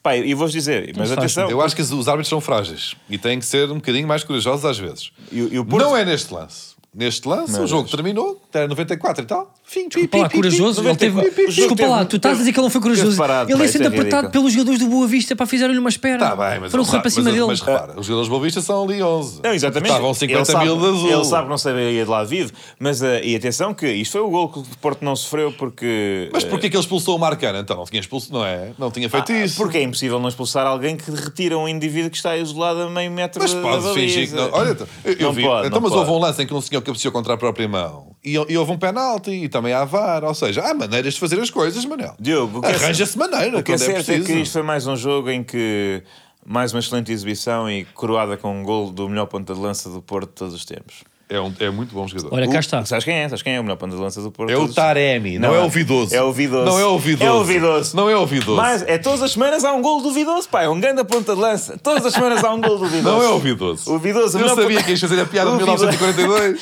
Speaker 2: Pá, e vou-vos dizer, mas
Speaker 1: faz
Speaker 2: atenção,
Speaker 3: Eu acho que os árbitros são frágeis e têm que ser um bocadinho mais corajosos às vezes.
Speaker 2: E o- e o Porto-
Speaker 3: Não é neste lance. Neste lance,
Speaker 2: Meu
Speaker 3: o jogo
Speaker 2: Deus.
Speaker 3: terminou, era 94 e tal. Fim, pi,
Speaker 1: Pá, lá,
Speaker 3: pi, pi, pi.
Speaker 1: corajoso, ele teve.
Speaker 2: 94. O jogo
Speaker 1: Desculpa
Speaker 2: teve-
Speaker 1: lá, tu estás a dizer que ele não foi
Speaker 2: teve
Speaker 1: corajoso.
Speaker 2: parado,
Speaker 1: ele
Speaker 2: pá,
Speaker 1: ia
Speaker 2: isso
Speaker 1: sendo
Speaker 2: é
Speaker 1: apertado
Speaker 2: ridículo.
Speaker 1: pelos jogadores do Boa Vista para fizeram-lhe uma espera.
Speaker 3: Está tá bem, mas,
Speaker 1: Foram
Speaker 3: ele
Speaker 1: correr para
Speaker 3: sabe-
Speaker 1: cima
Speaker 3: mas-
Speaker 1: dele.
Speaker 3: mas repara, os jogadores bovistas são ali 11.
Speaker 2: Não, exatamente.
Speaker 3: Estavam 50 mil
Speaker 2: sabe,
Speaker 3: de azul.
Speaker 2: Ele sabe que não saberia de lá vivo, mas eh, e atenção que isto foi o gol que o Porto não sofreu porque
Speaker 3: Mas
Speaker 2: eh,
Speaker 3: porquê que ele expulsou o Marcano? Então, não tinha expulso, não é? Não tinha feito isso.
Speaker 2: porque é impossível não expulsar alguém que retira um indivíduo que está isolado a meio metro
Speaker 3: Mas
Speaker 2: da- da
Speaker 3: pode
Speaker 2: baliza.
Speaker 3: fingir que não. Olha, então, eu, eu
Speaker 2: Eh, Não
Speaker 3: vi.
Speaker 2: pode,
Speaker 3: então,
Speaker 2: não
Speaker 3: mas houve
Speaker 2: pode.
Speaker 3: um lance em que um senhor cabeceou contra a própria mão e, e houve um penalti e também há VAR. Ou seja, há maneiras de fazer as coisas, Manel.
Speaker 2: Diogo, o que é-
Speaker 3: Arranja-se maneira
Speaker 2: O que é
Speaker 3: quando é
Speaker 2: certo é, que
Speaker 3: preciso.
Speaker 2: isto foi mais um jogo em que Mais uma excelente exibição e coroada com um gol do melhor ponta de lança do Porto de todos os tempos.
Speaker 3: É, um, é muito bom jogador.
Speaker 1: Olha,
Speaker 3: O-
Speaker 1: cá está.
Speaker 2: Sabes quem é? Sabes quem é o melhor ponta de lança do Porto? de
Speaker 3: É o
Speaker 2: todos os-
Speaker 3: Taremi, não,
Speaker 2: Não,
Speaker 3: é o Vidoso.
Speaker 2: é o Vidoso.
Speaker 3: Não é o Vidoso.
Speaker 2: É o Vidoso.
Speaker 3: Não é o Vidoso.
Speaker 2: Mas é todas as semanas há um gol duvidoso, pá. É um grande ponta de lança. Todas as semanas há um gol duvidoso.
Speaker 3: Não é o Vidoso.
Speaker 2: O Vidoso, o
Speaker 3: Eu
Speaker 2: melhor
Speaker 3: sabia que ias fazer a piada de
Speaker 2: (laughs) O Vidoso.
Speaker 3: 1942.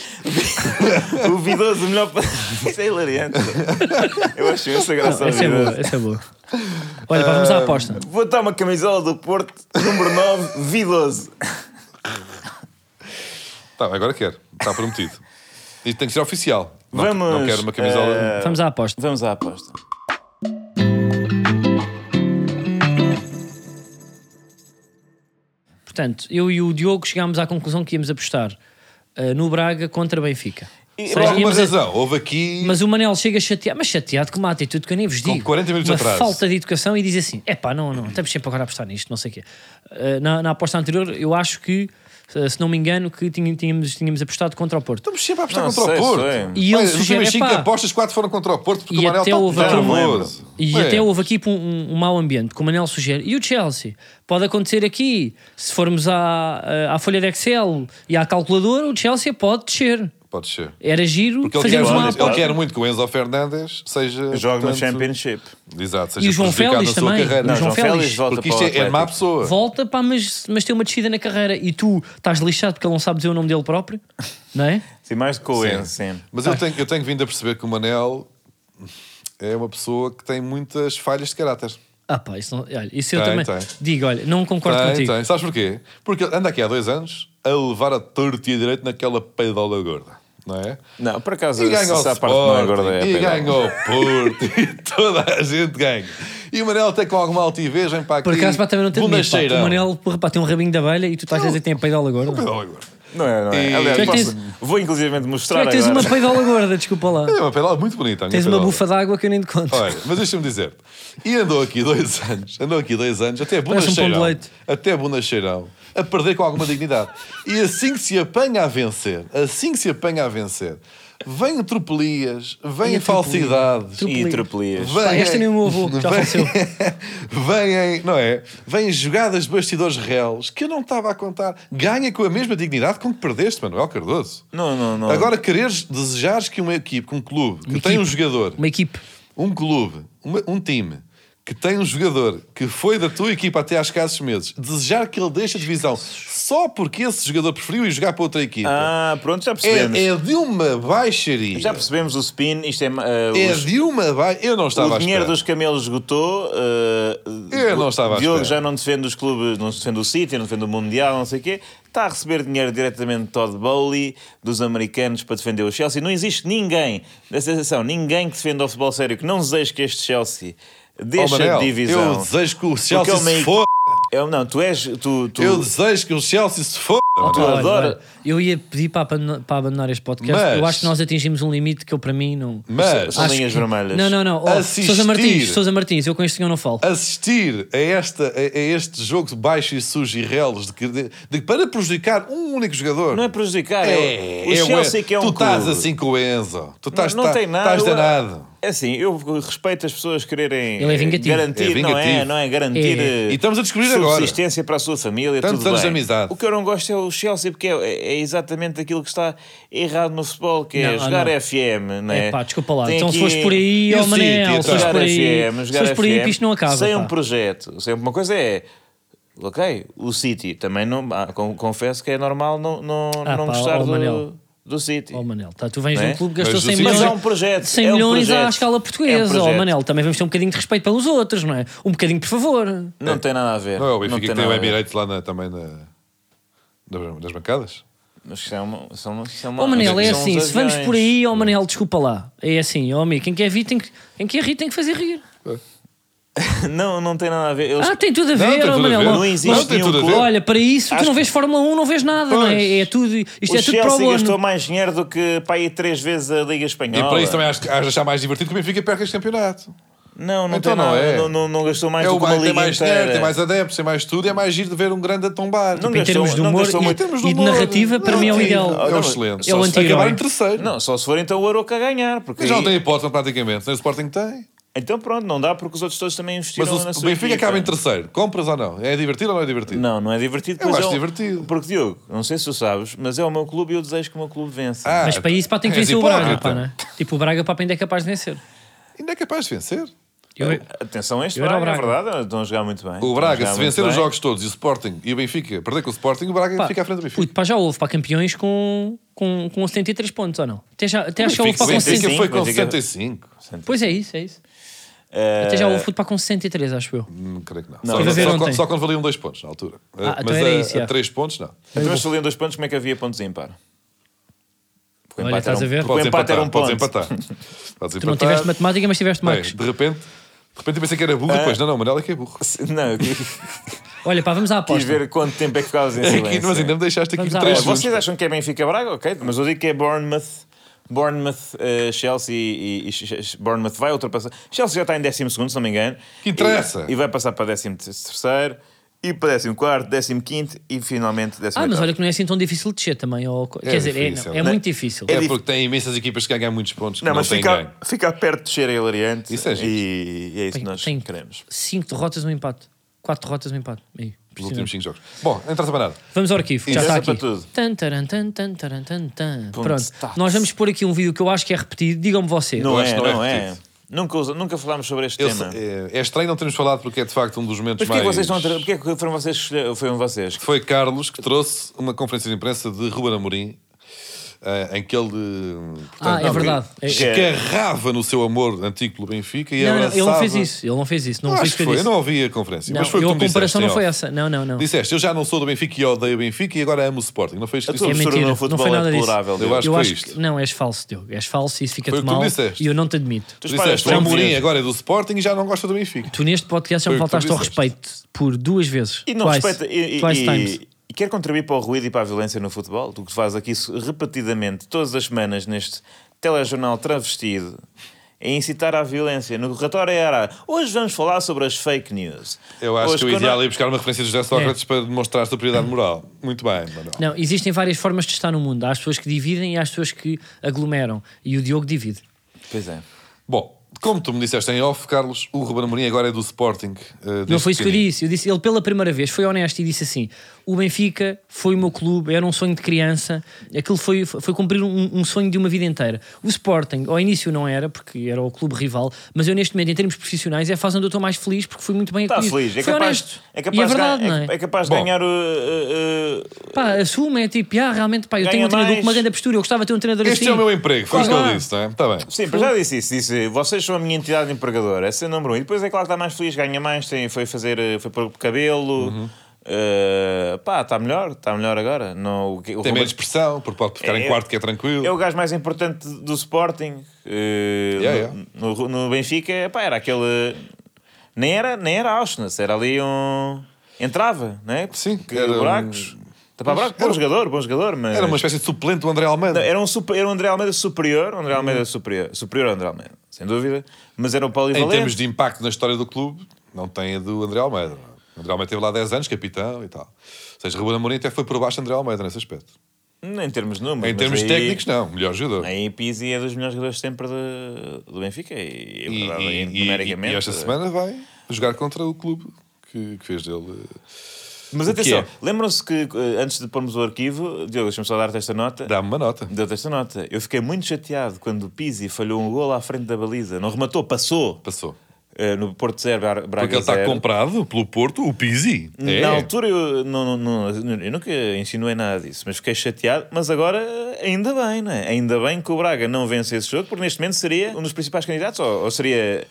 Speaker 2: O Vidoso, o melhor ponta. (laughs) Isso é hilariante. Eu acho essa graça
Speaker 1: Não,
Speaker 2: ao
Speaker 1: essa é boa,
Speaker 2: Vidoso.
Speaker 1: essa é boa. Olha, pá,
Speaker 3: Ah,
Speaker 1: vamos à aposta.
Speaker 2: Vou dar uma camisola do Porto, número 9, Vidoso.
Speaker 3: Tá, agora quero. Está prometido. Isto tem que ser oficial. Não,
Speaker 2: Vamos,
Speaker 3: Não quero uma camisola.
Speaker 2: eh,
Speaker 1: Vamos à aposta.
Speaker 2: Vamos à aposta.
Speaker 1: Portanto, eu e o Diogo chegámos à conclusão que íamos apostar eh, no Braga contra Benfica.
Speaker 2: E-
Speaker 1: Ou
Speaker 3: Por alguma
Speaker 1: íamos a-
Speaker 3: razão, houve aqui.
Speaker 1: Mas o Manel chega chateado, mas chateado com uma atitude que eu nem vos digo.
Speaker 3: 40 minutos
Speaker 1: uma
Speaker 3: atrás.
Speaker 1: falta de educação e diz assim: é pá, não, não, estamos sempre agora a apostar nisto, não sei o quê. Eh, na, na aposta anterior, eu acho que, eh, se não me engano, que tinha- tínhamos, tínhamos apostado contra o Porto.
Speaker 3: Estamos sempre a apostar
Speaker 2: Não
Speaker 3: contra
Speaker 2: sei,
Speaker 3: o Porto.
Speaker 2: sei.
Speaker 1: E ele
Speaker 3: Olha, Nos
Speaker 1: sugere,
Speaker 3: primeiros 5
Speaker 1: pá.
Speaker 3: apostas, 4 foram contra o Porto, porque
Speaker 1: E
Speaker 3: o Manel
Speaker 1: até
Speaker 3: está
Speaker 1: houve
Speaker 3: tão
Speaker 1: aquele-
Speaker 3: nervoso.
Speaker 1: E
Speaker 3: Ué,
Speaker 1: até houve aqui tipo, um, um mau ambiente, como o Manel sugere. E o Chelsea? Pode acontecer aqui, se formos à, à folha de Excel e à calculadora, o Chelsea pode descer.
Speaker 3: Pode ser.
Speaker 1: Era giro,
Speaker 3: Porque ele quer,
Speaker 1: fazemos uma
Speaker 3: muito, ele
Speaker 1: aposta.
Speaker 3: quer muito que o Enzo Fernandes seja.
Speaker 2: Jogo no
Speaker 3: portanto,
Speaker 2: Championship.
Speaker 3: Exato, seja
Speaker 1: E o João
Speaker 3: prejudicado
Speaker 1: Félix
Speaker 3: na sua
Speaker 1: também.
Speaker 3: carreira.
Speaker 1: O
Speaker 2: Não,
Speaker 1: João
Speaker 2: João
Speaker 1: Félix.
Speaker 2: Félix volta
Speaker 3: porque
Speaker 2: para
Speaker 3: isto
Speaker 2: o
Speaker 3: é, é de má
Speaker 2: Atlético.
Speaker 3: pessoa.
Speaker 1: Volta, pá, mas, mas tem uma descida na carreira e tu estás lixado porque ele não sabe dizer o nome dele próprio,
Speaker 3: (laughs)
Speaker 1: não é?
Speaker 2: Sim, mais de Coen,
Speaker 3: Sim.
Speaker 2: sim.
Speaker 3: Mas eu tenho, eu tenho vindo a perceber que o Manel é uma pessoa que tem muitas falhas de caráter.
Speaker 1: Ah, pá, isso, não, olha, isso eu
Speaker 3: Tem,
Speaker 1: também.
Speaker 3: tem.
Speaker 1: Digo, olha, não concordo
Speaker 3: Tem,
Speaker 1: contigo.
Speaker 3: tem. Sabes porquê? Porque ele anda aqui há dois anos a levar a torta e a direito naquela peidola gorda, não é?
Speaker 2: Não, por acaso,
Speaker 3: E ganha o
Speaker 2: essa parte não é gorda.
Speaker 3: Sporting,
Speaker 2: É
Speaker 3: e
Speaker 2: pedal.
Speaker 3: ganha o Porto, e (laughs) toda a gente ganha. E o Manel até com alguma altivez vem para aqui.
Speaker 1: Por acaso, pá, também não tem
Speaker 3: bunda
Speaker 1: medo, pá.
Speaker 3: cheirão.
Speaker 1: O Manel, porra, pá, tem um rabinho de abelha e tu estás a dizer que tem a peidola agora.
Speaker 3: Peidola gorda.
Speaker 2: Não é, não é.
Speaker 3: E-
Speaker 2: Aliás,
Speaker 3: Tu é que
Speaker 2: posso-
Speaker 1: tens-
Speaker 2: vou inclusive
Speaker 1: Tu
Speaker 2: mostrar
Speaker 1: é que tens
Speaker 2: agora.
Speaker 1: uma peidola gorda, desculpa lá.
Speaker 3: É uma peidola muito bonita. a minha
Speaker 1: Tens uma
Speaker 3: peidola.
Speaker 1: bufa d'água que eu nem te conto.
Speaker 3: Olha, mas deixa-me dizer E andou aqui dois (laughs) anos, andou aqui dois anos, até bunda
Speaker 1: Parece um pão de
Speaker 3: cheirão.
Speaker 1: leite.
Speaker 3: Até bunda cheirão, a perder com alguma dignidade. E assim que se apanha a vencer, assim que se apanha a vencer, vem atropelias, vem
Speaker 1: atropelias.
Speaker 3: falsidades.
Speaker 1: Tro-
Speaker 2: E tropelias.
Speaker 3: Vem,
Speaker 1: Pá, esta
Speaker 3: em-
Speaker 1: nem o meu avô, já
Speaker 3: vem-
Speaker 1: faleceu.
Speaker 3: (laughs) Vem, em- não é? Vem jogadas de bastidores réus que eu não estava a contar. Ganha com a mesma dignidade com que perdeste, Manuel Cardoso.
Speaker 2: Não, não, não.
Speaker 3: Agora, quereres, desejares que uma equipe, que um clube, que
Speaker 1: Uma
Speaker 3: tem um
Speaker 1: equipe.
Speaker 3: jogador,
Speaker 1: Uma equipe.
Speaker 3: um clube, uma- um time que tem um jogador que foi da tua equipa até há escassos meses, desejar que ele deixe a divisão só porque esse jogador preferiu ir jogar para outra equipa
Speaker 2: Ah, pronto, já
Speaker 3: é,
Speaker 2: percebemos.
Speaker 3: é de uma baixaria.
Speaker 2: Já percebemos o spin. Isto é. ah,
Speaker 3: é
Speaker 2: os-
Speaker 3: de uma ba... Eu não estava
Speaker 2: o
Speaker 3: a
Speaker 2: dinheiro
Speaker 3: esperar.
Speaker 2: dos camelos esgotou. ah,
Speaker 3: Eu não estava à
Speaker 2: Diogo já
Speaker 3: espera.
Speaker 2: não defende os clubes, não defende o City, não defende o Mundial, não sei o quê. Está a receber dinheiro diretamente de Todd Bowley, dos americanos, para defender o Chelsea. Não existe ninguém, da sensação, ninguém que defenda o futebol sério que não deseje que este Chelsea
Speaker 3: Oh,
Speaker 2: deixe a
Speaker 3: Manel,
Speaker 2: divisão.
Speaker 3: Eu desejo que o Chelsea
Speaker 2: é uma
Speaker 3: se
Speaker 2: equi-
Speaker 3: foda.
Speaker 2: Eu- não, tu és. Tu, tu,
Speaker 3: Eu desejo que o Chelsea se foda.
Speaker 2: tu
Speaker 1: Olha,
Speaker 2: adoras.
Speaker 1: olha, eu ia pedir para abandonar, para abandonar este podcast.
Speaker 3: Mas-
Speaker 1: Eu acho que nós atingimos um limite que eu, para mim, não.
Speaker 3: Mas
Speaker 2: São
Speaker 1: Acho
Speaker 2: linhas
Speaker 1: que-
Speaker 2: vermelhas.
Speaker 1: Não, não, não. Oh,
Speaker 3: Assistir.
Speaker 1: Sousa Martins, Sousa Martins, eu com este senhor não
Speaker 2: ah.
Speaker 1: falo.
Speaker 3: assistir a, esta, a, a este jogo de baixo e sujo e reles de, que- de- de- para prejudicar um único jogador.
Speaker 2: Não é prejudicar. É,
Speaker 3: É,
Speaker 2: o
Speaker 3: é
Speaker 2: Chelsea que é um
Speaker 3: Tu estás
Speaker 2: clube.
Speaker 3: assim com o Enzo. Tu estás,
Speaker 2: não, não tem nada.
Speaker 3: estás danado.
Speaker 2: É assim, eu respeito as pessoas quererem
Speaker 1: Ele é vingativo.
Speaker 2: garantir,
Speaker 3: É
Speaker 2: não é?
Speaker 3: vingativo.
Speaker 2: Não é garantir
Speaker 1: É.
Speaker 2: eh,
Speaker 3: E estamos a descobrir agora.
Speaker 2: subsistência para a sua família,
Speaker 3: Tantos
Speaker 2: tudo
Speaker 3: anos de
Speaker 2: bem.
Speaker 3: amizade.
Speaker 2: O que eu não gosto é o Chelsea, porque é, é exatamente aquilo que está errado no futebol, que é
Speaker 1: Não,
Speaker 2: jogar
Speaker 1: não.
Speaker 2: FM, não é?
Speaker 1: É pá, desculpa lá.
Speaker 2: Tem
Speaker 1: então, se
Speaker 2: aqui-
Speaker 1: fores por aí,
Speaker 3: Eu
Speaker 1: ó
Speaker 3: sinto,
Speaker 1: Manel,
Speaker 3: eu
Speaker 1: se fores
Speaker 2: jogar
Speaker 1: por aí,
Speaker 2: FM,
Speaker 1: se
Speaker 2: jogar
Speaker 1: fores por aí,
Speaker 2: FM,
Speaker 1: isto não acaba.
Speaker 2: Sem
Speaker 1: pá.
Speaker 2: um projeto. Sem uma coisa é. Ok, o City também não. ah, con- confesso que é normal não, não,
Speaker 1: Ah,
Speaker 2: não
Speaker 1: pá,
Speaker 2: gostar
Speaker 1: ó, Manel.
Speaker 2: do, do City.
Speaker 1: Oh Manel, tá, tu vens
Speaker 2: Não
Speaker 1: de
Speaker 2: é?
Speaker 1: um clube que gastou
Speaker 3: Mas o
Speaker 1: 100
Speaker 3: City-
Speaker 1: milhões,
Speaker 2: Mas é um projeto,
Speaker 1: 100
Speaker 2: é um
Speaker 1: milhões à
Speaker 2: projeto.
Speaker 1: escala portuguesa.
Speaker 2: É um
Speaker 1: oh
Speaker 2: projeto.
Speaker 1: Manel, também vamos ter um bocadinho de respeito pelos outros, não é? Um bocadinho, por favor.
Speaker 2: Não tem nada a ver.
Speaker 3: Não é o Benfica que tem o
Speaker 2: nada a ver.
Speaker 3: Emirates lá na- também na, na- nas bancadas?
Speaker 2: Mas são, uma- são, uma- são uma-
Speaker 1: Oh Manel, é
Speaker 2: são
Speaker 1: assim,
Speaker 2: uns
Speaker 1: se vamos
Speaker 2: aviões.
Speaker 1: por aí, oh Manel, desculpa lá. É assim, oh amigo, quem quer rir tem que, quem quer rir tem que fazer rir.
Speaker 2: (laughs) Não, não tem nada a ver. Eles-
Speaker 1: Ah, tem tudo a
Speaker 3: Não, tem
Speaker 1: ver, oh
Speaker 3: tudo a
Speaker 1: Manel.
Speaker 3: ver.
Speaker 1: oh,
Speaker 2: Não existe
Speaker 3: Não, tem
Speaker 2: nenhum
Speaker 3: tudo a ver.
Speaker 2: clube.
Speaker 1: Olha, para isso,
Speaker 2: Acho
Speaker 1: tu não
Speaker 2: que-
Speaker 1: vês Fórmula 1, não vês nada, não é?
Speaker 3: Pois.
Speaker 1: É tudo, isto
Speaker 2: o
Speaker 1: é tudo para o
Speaker 2: Chelsea gastou
Speaker 1: bono.
Speaker 2: mais dinheiro do que para aí três vezes a Liga
Speaker 3: E
Speaker 2: Espanhola.
Speaker 3: para isso também acho, que- acho achar mais divertido que o Benfica perca este campeonato.
Speaker 2: Não, não
Speaker 3: Então
Speaker 2: tem
Speaker 3: não
Speaker 2: nada.
Speaker 3: é.
Speaker 2: Não, não, não gastou mais
Speaker 3: é
Speaker 2: do
Speaker 3: o
Speaker 2: que uma
Speaker 3: mais,
Speaker 2: Liga
Speaker 3: tem mais
Speaker 2: inteira.
Speaker 3: dinheiro, tem mais adeptos, tem mais tudo. É mais giro de ver um grande a tombar.
Speaker 2: Não
Speaker 3: Tipo,
Speaker 1: Em termos de
Speaker 2: Não
Speaker 1: humor
Speaker 2: gastou
Speaker 1: e,
Speaker 2: muito.
Speaker 1: e de
Speaker 3: humor,
Speaker 1: narrativa, para mim é o
Speaker 3: narrativa.
Speaker 1: ideal.
Speaker 3: É o
Speaker 2: não,
Speaker 3: excelente.
Speaker 1: é o
Speaker 3: Só se
Speaker 1: anti-herói.
Speaker 3: acabar em terceiro.
Speaker 2: Não, só se for então o Aroca a ganhar. Porque
Speaker 3: Mas já não
Speaker 2: aí-
Speaker 3: tem hipótese praticamente. Nem o Sporting tem.
Speaker 2: Então pronto, não dá porque os outros todos também investiram
Speaker 3: Mas
Speaker 2: na
Speaker 3: o, o
Speaker 2: sua
Speaker 3: Benfica
Speaker 2: equipa.
Speaker 3: acaba em terceiro. Compras ou não? É divertido ou não é divertido?
Speaker 2: Não, não é divertido.
Speaker 3: Eu
Speaker 2: pois
Speaker 3: acho
Speaker 2: é um-
Speaker 3: divertido.
Speaker 2: Porque, Diogo, não sei se tu sabes, mas é o meu clube e eu desejo que o meu clube vença.
Speaker 3: Ah,
Speaker 1: Mas para isso pá, tem que
Speaker 3: és
Speaker 1: vencer o Braga,
Speaker 3: hipócrita.
Speaker 1: pá, não é? Tipo, o Braga pá, ainda é capaz de vencer.
Speaker 3: Ainda é capaz de vencer.
Speaker 1: Eu-
Speaker 2: Atenção a este
Speaker 1: Eu era
Speaker 2: Braga,
Speaker 1: o
Speaker 2: na
Speaker 1: Braga.
Speaker 2: verdade, estão a jogar muito bem. Estão
Speaker 3: O
Speaker 2: a
Speaker 3: Braga,
Speaker 2: jogar
Speaker 3: se
Speaker 2: muito
Speaker 3: vencer os
Speaker 2: bem.
Speaker 3: jogos todos e o Sporting e o Benfica perder com o Sporting, o Braga
Speaker 1: pá,
Speaker 3: fica à frente do Benfica.
Speaker 1: o- pá, já houve para campeões com, com, com 73 pontos ou não? Até, já, até acho que já houve
Speaker 3: Benfica,
Speaker 1: para
Speaker 3: o
Speaker 1: com
Speaker 2: Benfica
Speaker 1: 60.
Speaker 3: Benfica foi com
Speaker 2: Benfica-
Speaker 3: 65.
Speaker 1: Pois é, isso, é isso.
Speaker 2: Eh,
Speaker 1: Até já houve futebol com 63, acho eu.
Speaker 3: Não creio que não.
Speaker 2: Estive a
Speaker 3: só,
Speaker 1: ver
Speaker 3: só,
Speaker 1: ontem.
Speaker 3: só quando valiam dois pontos na altura.
Speaker 1: Ah, então
Speaker 3: Mas
Speaker 1: era
Speaker 3: a,
Speaker 1: isso,
Speaker 3: a
Speaker 1: já.
Speaker 3: três pontos, não.
Speaker 2: Então, mas saliam dois pontos, como é que havia pontos ímpar? Porque o
Speaker 1: Olha,
Speaker 2: empate era
Speaker 1: estás
Speaker 2: um-
Speaker 1: a ver?
Speaker 2: porque o empate era um
Speaker 3: podes
Speaker 2: ponto.
Speaker 3: empatar. Podes
Speaker 1: Tu não
Speaker 3: empatar.
Speaker 1: tiveste matemática, mas tiveste
Speaker 3: Bem,
Speaker 1: Marcos.
Speaker 3: de repente, de repente eu pensei que era
Speaker 2: Ah.
Speaker 3: burro, depois não, não, o Manel é que é burro.
Speaker 2: Não, eu
Speaker 3: (laughs)
Speaker 2: quis,
Speaker 1: Olha, pá, vamos à
Speaker 2: quis
Speaker 1: aposta.
Speaker 2: ver quanto tempo é que ficavas em
Speaker 3: É que,
Speaker 2: silêncio.
Speaker 3: mas ainda me deixaste aqui
Speaker 1: Vamos
Speaker 3: de
Speaker 1: à
Speaker 3: três
Speaker 2: É,
Speaker 1: aposta.
Speaker 3: segundos.
Speaker 2: vocês acham que é Benfica Braga? Ok, mas eu digo que é Bournemouth. Bournemouth, eh, Chelsea e, e- e- Bournemouth vai ultrapassar. Chelsea já está em 12 segundo, se não me engano.
Speaker 3: Que interessa.
Speaker 2: E, e vai passar para 13 terceiro, e para 14 quarto, 15 quinto e finalmente 18
Speaker 1: Ah, mas olha que não é assim tão difícil de descer também. ou co- Quer dizer, é,
Speaker 3: difícil.
Speaker 1: não, é
Speaker 3: Não.
Speaker 1: muito difícil.
Speaker 2: É
Speaker 3: É
Speaker 2: dif-
Speaker 3: porque tem imensas equipas que ganham muitos pontos que
Speaker 2: Não,
Speaker 3: não
Speaker 2: mas
Speaker 3: têm ganho.
Speaker 2: fica, fica perto de cheiro hilariante.
Speaker 3: Isso é giro.
Speaker 2: e, e é isso
Speaker 1: Tem-
Speaker 2: que nós
Speaker 1: tem
Speaker 2: queremos.
Speaker 1: 5 derrotas, um empate. 4 derrotas, um empate. Aí,
Speaker 3: Nos últimos cinco jogos. Bom, não interessa para nada.
Speaker 1: Vamos ao arquivo, já
Speaker 2: Isso.
Speaker 3: é
Speaker 1: está
Speaker 2: Essa
Speaker 1: aqui.
Speaker 2: para tudo.
Speaker 1: Tan, taran, tan, tan, taran, tan, tan.
Speaker 2: Ponto
Speaker 1: Pronto,
Speaker 2: stats.
Speaker 1: nós vamos pôr aqui um vídeo que eu acho que é repetido. Digam-me vocês.
Speaker 2: Não
Speaker 3: Eu acho
Speaker 2: é,
Speaker 3: que tá. não é
Speaker 2: não é.
Speaker 3: repetido.
Speaker 2: Nunca, usa- nunca falámos sobre este
Speaker 3: Eu sei-
Speaker 2: tema.
Speaker 3: é, é estranho não termos falado porque é de facto um dos momentos
Speaker 2: Mas porquê é que
Speaker 3: mais...
Speaker 2: vocês estão a tra- Porquê é que foram vocês que escolheram- foram vocês?
Speaker 3: Foi Carlos que trouxe uma conferência de imprensa de Ruben Amorim eh, em que ele eh,
Speaker 1: Ah,
Speaker 3: portanto,
Speaker 1: é verdade. É-
Speaker 3: escarrava no seu amor antigo pelo Benfica e
Speaker 1: Não, não,
Speaker 3: abraçava...
Speaker 1: ele não fez isso. Ele não fez isso. Não
Speaker 3: Não,
Speaker 1: foi
Speaker 3: acho
Speaker 1: isso que
Speaker 3: que
Speaker 1: eu
Speaker 3: foi. Eu
Speaker 1: disse.
Speaker 3: não ouvi a conferência.
Speaker 1: Não,
Speaker 3: mas foi o
Speaker 1: eu-
Speaker 3: que
Speaker 1: a
Speaker 3: tu me disseste,
Speaker 1: comparação
Speaker 3: em
Speaker 1: não foi
Speaker 3: off.
Speaker 1: essa. Não, não, É não.
Speaker 3: Disseste, eu já não sou do Benfica e odeio o Benfica e agora amo o Sporting. Não foi isto
Speaker 2: A
Speaker 3: que
Speaker 2: tua
Speaker 1: É
Speaker 3: disseste?
Speaker 1: mentira,
Speaker 2: postura no
Speaker 1: não foi
Speaker 2: futebol é
Speaker 1: nada disso.
Speaker 2: detorável.
Speaker 3: Eu
Speaker 2: Diogo.
Speaker 3: acho
Speaker 1: eu
Speaker 3: que foi
Speaker 1: acho
Speaker 3: isto.
Speaker 1: que não, és falso, Diogo. És falso e isso
Speaker 3: Foi
Speaker 1: fica-te
Speaker 3: o que tu
Speaker 1: mal.
Speaker 3: disseste.
Speaker 1: E eu não te admito.
Speaker 2: Tu
Speaker 3: Tu
Speaker 2: espalhas
Speaker 3: disseste, o Amorim
Speaker 2: trumfos.
Speaker 3: agora é do Sporting e já não gosta do Benfica.
Speaker 1: Tu neste podcast já me
Speaker 3: Foi o que tu
Speaker 1: faltaste ao
Speaker 3: disseste.
Speaker 1: respeito por duas vezes.
Speaker 2: E não
Speaker 1: Twice.
Speaker 2: respeita. E, e-
Speaker 1: Twice
Speaker 2: e-
Speaker 1: times.
Speaker 2: e quer contribuir para o ruído e para a violência no futebol? Tu que fazes aqui isso repetidamente, todas as semanas, neste telejornal travestido, é incitar à violência. No relatório era hoje vamos falar sobre as fake news.
Speaker 3: Eu acho
Speaker 2: Hoje,
Speaker 3: que o
Speaker 2: quando-
Speaker 3: ideal é ir buscar uma referência de José Sócrates para demonstrar a superioridade moral. Muito bem, Manuel.
Speaker 1: Não, existem várias formas de estar no mundo. Há as pessoas que dividem e há as pessoas que aglomeram. E o Diogo divide.
Speaker 2: Pois é.
Speaker 3: Bom, como tu me disseste em off, Carlos, o Ruben Amorim agora é do Sporting. eh, desde
Speaker 1: Não foi isso que eu
Speaker 3: pequenino.
Speaker 1: disse. Eu disse, ele pela primeira vez foi honesto e disse assim: o Benfica foi o meu clube, era um sonho de criança, aquilo foi, foi cumprir um, um sonho de uma vida inteira. O Sporting, ao início não era, porque era o clube rival, mas eu neste momento, em termos profissionais, é a fase onde eu estou mais feliz porque fui muito bem
Speaker 2: Está
Speaker 1: acolhido.
Speaker 2: feliz. É
Speaker 1: foi
Speaker 2: capaz,
Speaker 1: honesto.
Speaker 2: é
Speaker 1: e é
Speaker 2: capaz, de
Speaker 1: verdade,
Speaker 2: ganhar-
Speaker 1: não
Speaker 2: é,
Speaker 1: é?
Speaker 2: é capaz de
Speaker 3: Bom.
Speaker 2: ganhar o. uh, uh,
Speaker 1: Pá, assume, é tipo, ah, realmente, pá, eu
Speaker 2: Ganha
Speaker 1: tenho um treinador
Speaker 2: mais.
Speaker 1: com uma grande postura, eu gostava de ter um treinador
Speaker 3: Este
Speaker 1: assim.
Speaker 3: é o meu emprego, foi isso que
Speaker 1: Claro.
Speaker 3: ele disse, não é? Está bem.
Speaker 2: Sim, mas já disse isso. Disse, vocês são a minha entidade empregadora. Esse é o número um. E depois é claro que está mais feliz, ganha mais, tem, foi fazer, eh, foi pôr o cabelo. Eh, pá, está melhor, está melhor agora. Não, o, que- o
Speaker 3: Tem
Speaker 2: Ruben-
Speaker 3: menos pressão, porque pode ficar
Speaker 2: É,
Speaker 3: em quarto que é tranquilo.
Speaker 2: é o gajo mais importante do Sporting. eh,
Speaker 3: Yeah,
Speaker 2: no, no- no Benfica, pá, era aquele. Nem era, nem era Auschwitz, era ali um. Entrava, né?
Speaker 3: Sim,
Speaker 2: Que
Speaker 3: era um-
Speaker 2: buracos. Tapar buracos, bom jogador, bom jogador, mas.
Speaker 3: Era uma espécie de suplente do André Almeida.
Speaker 2: Não, era um, super, era um André Almeida superior, um
Speaker 3: Hum.
Speaker 2: André Almeida superior, superior ao André Almeida, sem dúvida, mas era o
Speaker 3: em
Speaker 2: polivalente.
Speaker 3: termos de impacto na história do clube, não tem a do André Almeida. não é? O André Almeida esteve lá 10 anos, capitão e tal. Ou seja, Ruben Amorim até foi por baixo de André Almeida nesse aspecto.
Speaker 2: Não, Em termos de números.
Speaker 3: Em
Speaker 2: mas
Speaker 3: termos
Speaker 2: aí-
Speaker 3: técnicos, não. Melhor jogador.
Speaker 2: Aí Pizzi é dos melhores jogadores sempre do, do Benfica, e, é
Speaker 3: E,
Speaker 2: verdade,
Speaker 3: e-
Speaker 2: e
Speaker 3: e-
Speaker 2: numericamente. eh,
Speaker 3: e esta semana vai jogar contra o clube que, que fez dele.
Speaker 2: Mas
Speaker 3: O que
Speaker 2: atenção,
Speaker 3: é?
Speaker 2: lembram-se que eh, antes de pormos o arquivo, Diogo, deixa-me só dar-te esta nota.
Speaker 3: Dá-me eh, uma nota.
Speaker 2: Deu-te esta nota. Eu fiquei muito chateado quando o Pizzi falhou um gol à frente da baliza. Não rematou, passou.
Speaker 3: Passou.
Speaker 2: Eh, no Porto Zero, Braga
Speaker 3: Porque ele está
Speaker 2: zero.
Speaker 3: comprado pelo Porto, o Pizzi. É.
Speaker 2: Na altura eu, não, não- não- eu nunca insinuei nada disso, mas fiquei chateado. Mas agora ainda bem, não é? Ainda bem que o Braga não vence esse jogo, porque neste momento seria um dos principais candidatos, ou, ou seria.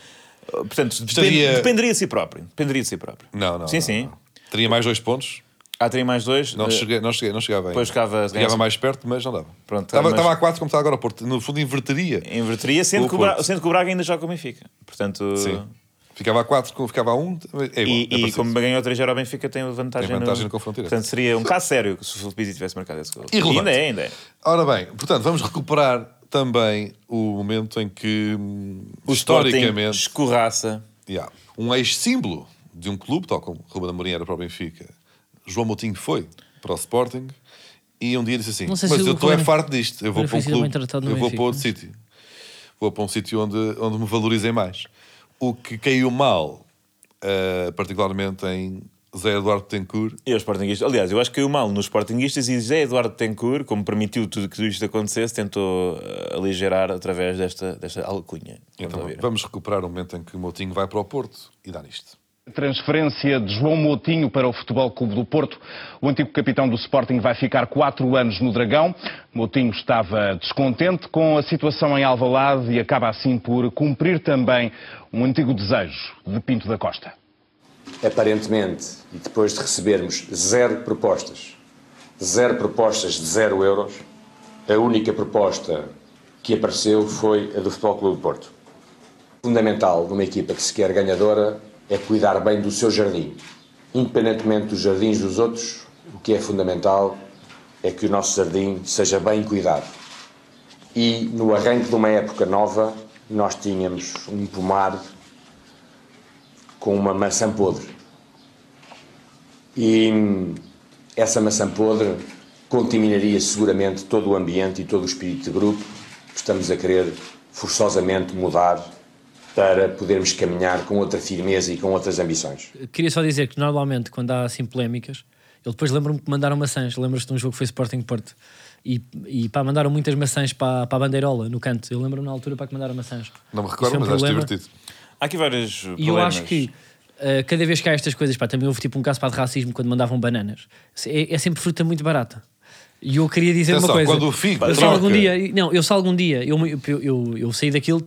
Speaker 2: ou, Portanto, depend-
Speaker 3: Estaria-
Speaker 2: dependeria de si próprio. Dependeria de si próprio.
Speaker 3: Não, não.
Speaker 2: Sim,
Speaker 3: não,
Speaker 2: sim.
Speaker 3: não. Teria mais dois pontos.
Speaker 2: Há teria mais dois.
Speaker 3: Não,
Speaker 2: eh,
Speaker 3: cheguei, não, cheguei, não chegava ainda.
Speaker 2: Depois ficava-
Speaker 3: Chegava mais perto, mas não dava.
Speaker 2: Pronto,
Speaker 3: estava,
Speaker 2: mas-
Speaker 3: estava a 4 como está agora o Porto. No fundo, inverteria.
Speaker 2: Inverteria, sendo
Speaker 3: O
Speaker 2: que, o Braga,
Speaker 3: Porto.
Speaker 2: sendo que o Braga ainda joga com o Benfica. Portanto,
Speaker 3: Sim. é Ficava a 4, ficava a 1. Um, é igual.
Speaker 2: e,
Speaker 3: é
Speaker 2: e
Speaker 3: parecido.
Speaker 2: como ganhou 3 0 ao Benfica, tem vantagem,
Speaker 3: Tem vantagem
Speaker 2: no,
Speaker 3: no confronto direto.
Speaker 2: Portanto, seria um caso sério se o Felipe tivesse marcado esse gol. E
Speaker 3: Irrelevante.
Speaker 2: Ainda é, ainda é.
Speaker 3: Ora bem, portanto, vamos recuperar também o momento em que, hum,
Speaker 2: O Sporting
Speaker 3: historicamente,
Speaker 2: escorraça.
Speaker 3: yeah, um ex-símbolo de um clube, tal como Ruben Amorim era para o Benfica, João Moutinho foi para o Sporting e um dia disse assim,
Speaker 1: Não
Speaker 3: mas
Speaker 1: sei se
Speaker 3: eu
Speaker 1: o
Speaker 3: estou é
Speaker 1: Ruben-
Speaker 3: farto disto, eu vou
Speaker 1: Ruben
Speaker 3: para um
Speaker 1: foi bem
Speaker 3: clube,
Speaker 1: tratado no
Speaker 3: eu vou para
Speaker 1: Benfica,
Speaker 3: outro
Speaker 1: mas-
Speaker 3: sítio. Vou para um sítio onde, onde me valorizem mais. O que caiu mal, ah, particularmente em Zé Eduardo Tencourt,
Speaker 2: E aos Sportingistas. Aliás, eu acho que caiu mal nos Sportinguistas e José Eduardo Tencourt, como permitiu tudo que tudo isto acontecesse, tentou eh, aligerar através desta, desta alcunha. Vamos
Speaker 3: Então,
Speaker 2: ouvir.
Speaker 3: vamos recuperar o momento em que o Moutinho vai para o Porto e dá nisto.
Speaker 4: Transferência de João Moutinho para o Futebol Clube do Porto. O antigo capitão do Sporting vai ficar quatro anos no Dragão. Moutinho estava descontente com a situação em Alvalade e acaba assim por cumprir também um antigo desejo de Pinto da Costa.
Speaker 5: aparentemente, e depois de recebermos zero propostas, zero propostas de zero euros, a única proposta que apareceu foi a do Futebol Clube do Porto. Fundamental numa equipa que se quer ganhadora é cuidar bem do seu jardim. Independentemente dos jardins dos outros, o que é fundamental é que o nosso jardim seja bem cuidado. E no arranque de uma época nova, nós tínhamos um pomar com uma maçã podre. E hum, essa maçã podre contaminaria seguramente todo o ambiente e todo o espírito de grupo que estamos a querer forçosamente mudar para podermos caminhar com outra firmeza e com outras ambições.
Speaker 1: Queria só dizer que normalmente quando há assim polémicas, eu depois lembro-me que mandaram maçãs. Lembras-te de um jogo que foi Sporting Porto? E, e pá, mandaram muitas maçãs para, para a bandeirola no canto. Eu lembro-me na altura para que mandaram maçãs.
Speaker 3: Não me
Speaker 1: Isso é
Speaker 3: recordo,
Speaker 1: um
Speaker 3: mas acho
Speaker 1: problema.
Speaker 3: divertido.
Speaker 2: Há aqui vários problemas.
Speaker 1: E eu acho que uh, cada vez que há estas coisas, pá, também houve tipo um caso pá, de racismo quando mandavam bananas. É, é sempre fruta muito barata. E eu queria dizer
Speaker 3: Atenção,
Speaker 1: uma coisa.
Speaker 3: quando o Figo
Speaker 1: eu se
Speaker 3: troca-
Speaker 1: algum dia, não, eu se algum dia, eu, eu, eu, eu saí daquilo,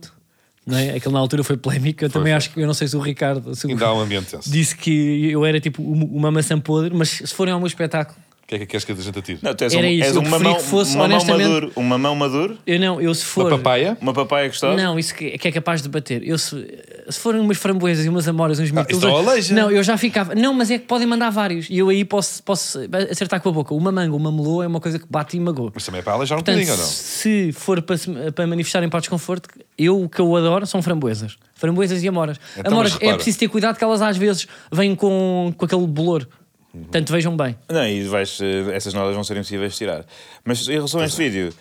Speaker 1: não é? Aquilo na altura foi polémico. Eu também
Speaker 3: foi.
Speaker 1: acho que, eu não sei se o Ricardo se o-
Speaker 3: Ainda há um ambiente tenso.
Speaker 1: disse que eu era tipo um- uma maçã podre, mas se forem ao meu espetáculo,
Speaker 3: O que é que queres que a gente atire?
Speaker 2: Não, tu és
Speaker 1: Era
Speaker 2: um,
Speaker 1: isso,
Speaker 2: és
Speaker 1: eu
Speaker 2: um
Speaker 1: preferi
Speaker 2: mamão,
Speaker 1: que fosse,
Speaker 2: um mamão
Speaker 1: honestamente-
Speaker 2: maduro. Um mamão maduro,
Speaker 1: eu não, eu se
Speaker 3: Uma
Speaker 1: for.
Speaker 3: papaya?
Speaker 2: uma papaya gostosa.
Speaker 1: Não, isso que, que é capaz de bater. Eu, se, se forem umas framboesas e umas amoras, uns mirtilos.
Speaker 3: Ah, isso não aleija.
Speaker 1: não, eu já ficava. Não, mas é que podem mandar vários. E eu aí posso, posso acertar com a boca. Uma manga, uma meloa é uma coisa que bate e magoa.
Speaker 3: Mas também é para aleijar um
Speaker 1: Portanto,
Speaker 3: bocadinho, ou não?
Speaker 1: se for para, se- para manifestarem para o desconforto, eu o que eu adoro são framboesas. Framboesas e amoras.
Speaker 3: Então,
Speaker 1: amoras
Speaker 3: mas
Speaker 1: é
Speaker 3: repara.
Speaker 1: preciso ter cuidado que elas às vezes vêm com, com aquele bolor. Portanto, vejam bem.
Speaker 2: Não, e vais, eh, essas notas vão ser impossíveis de tirar. Mas em relação a este vídeo,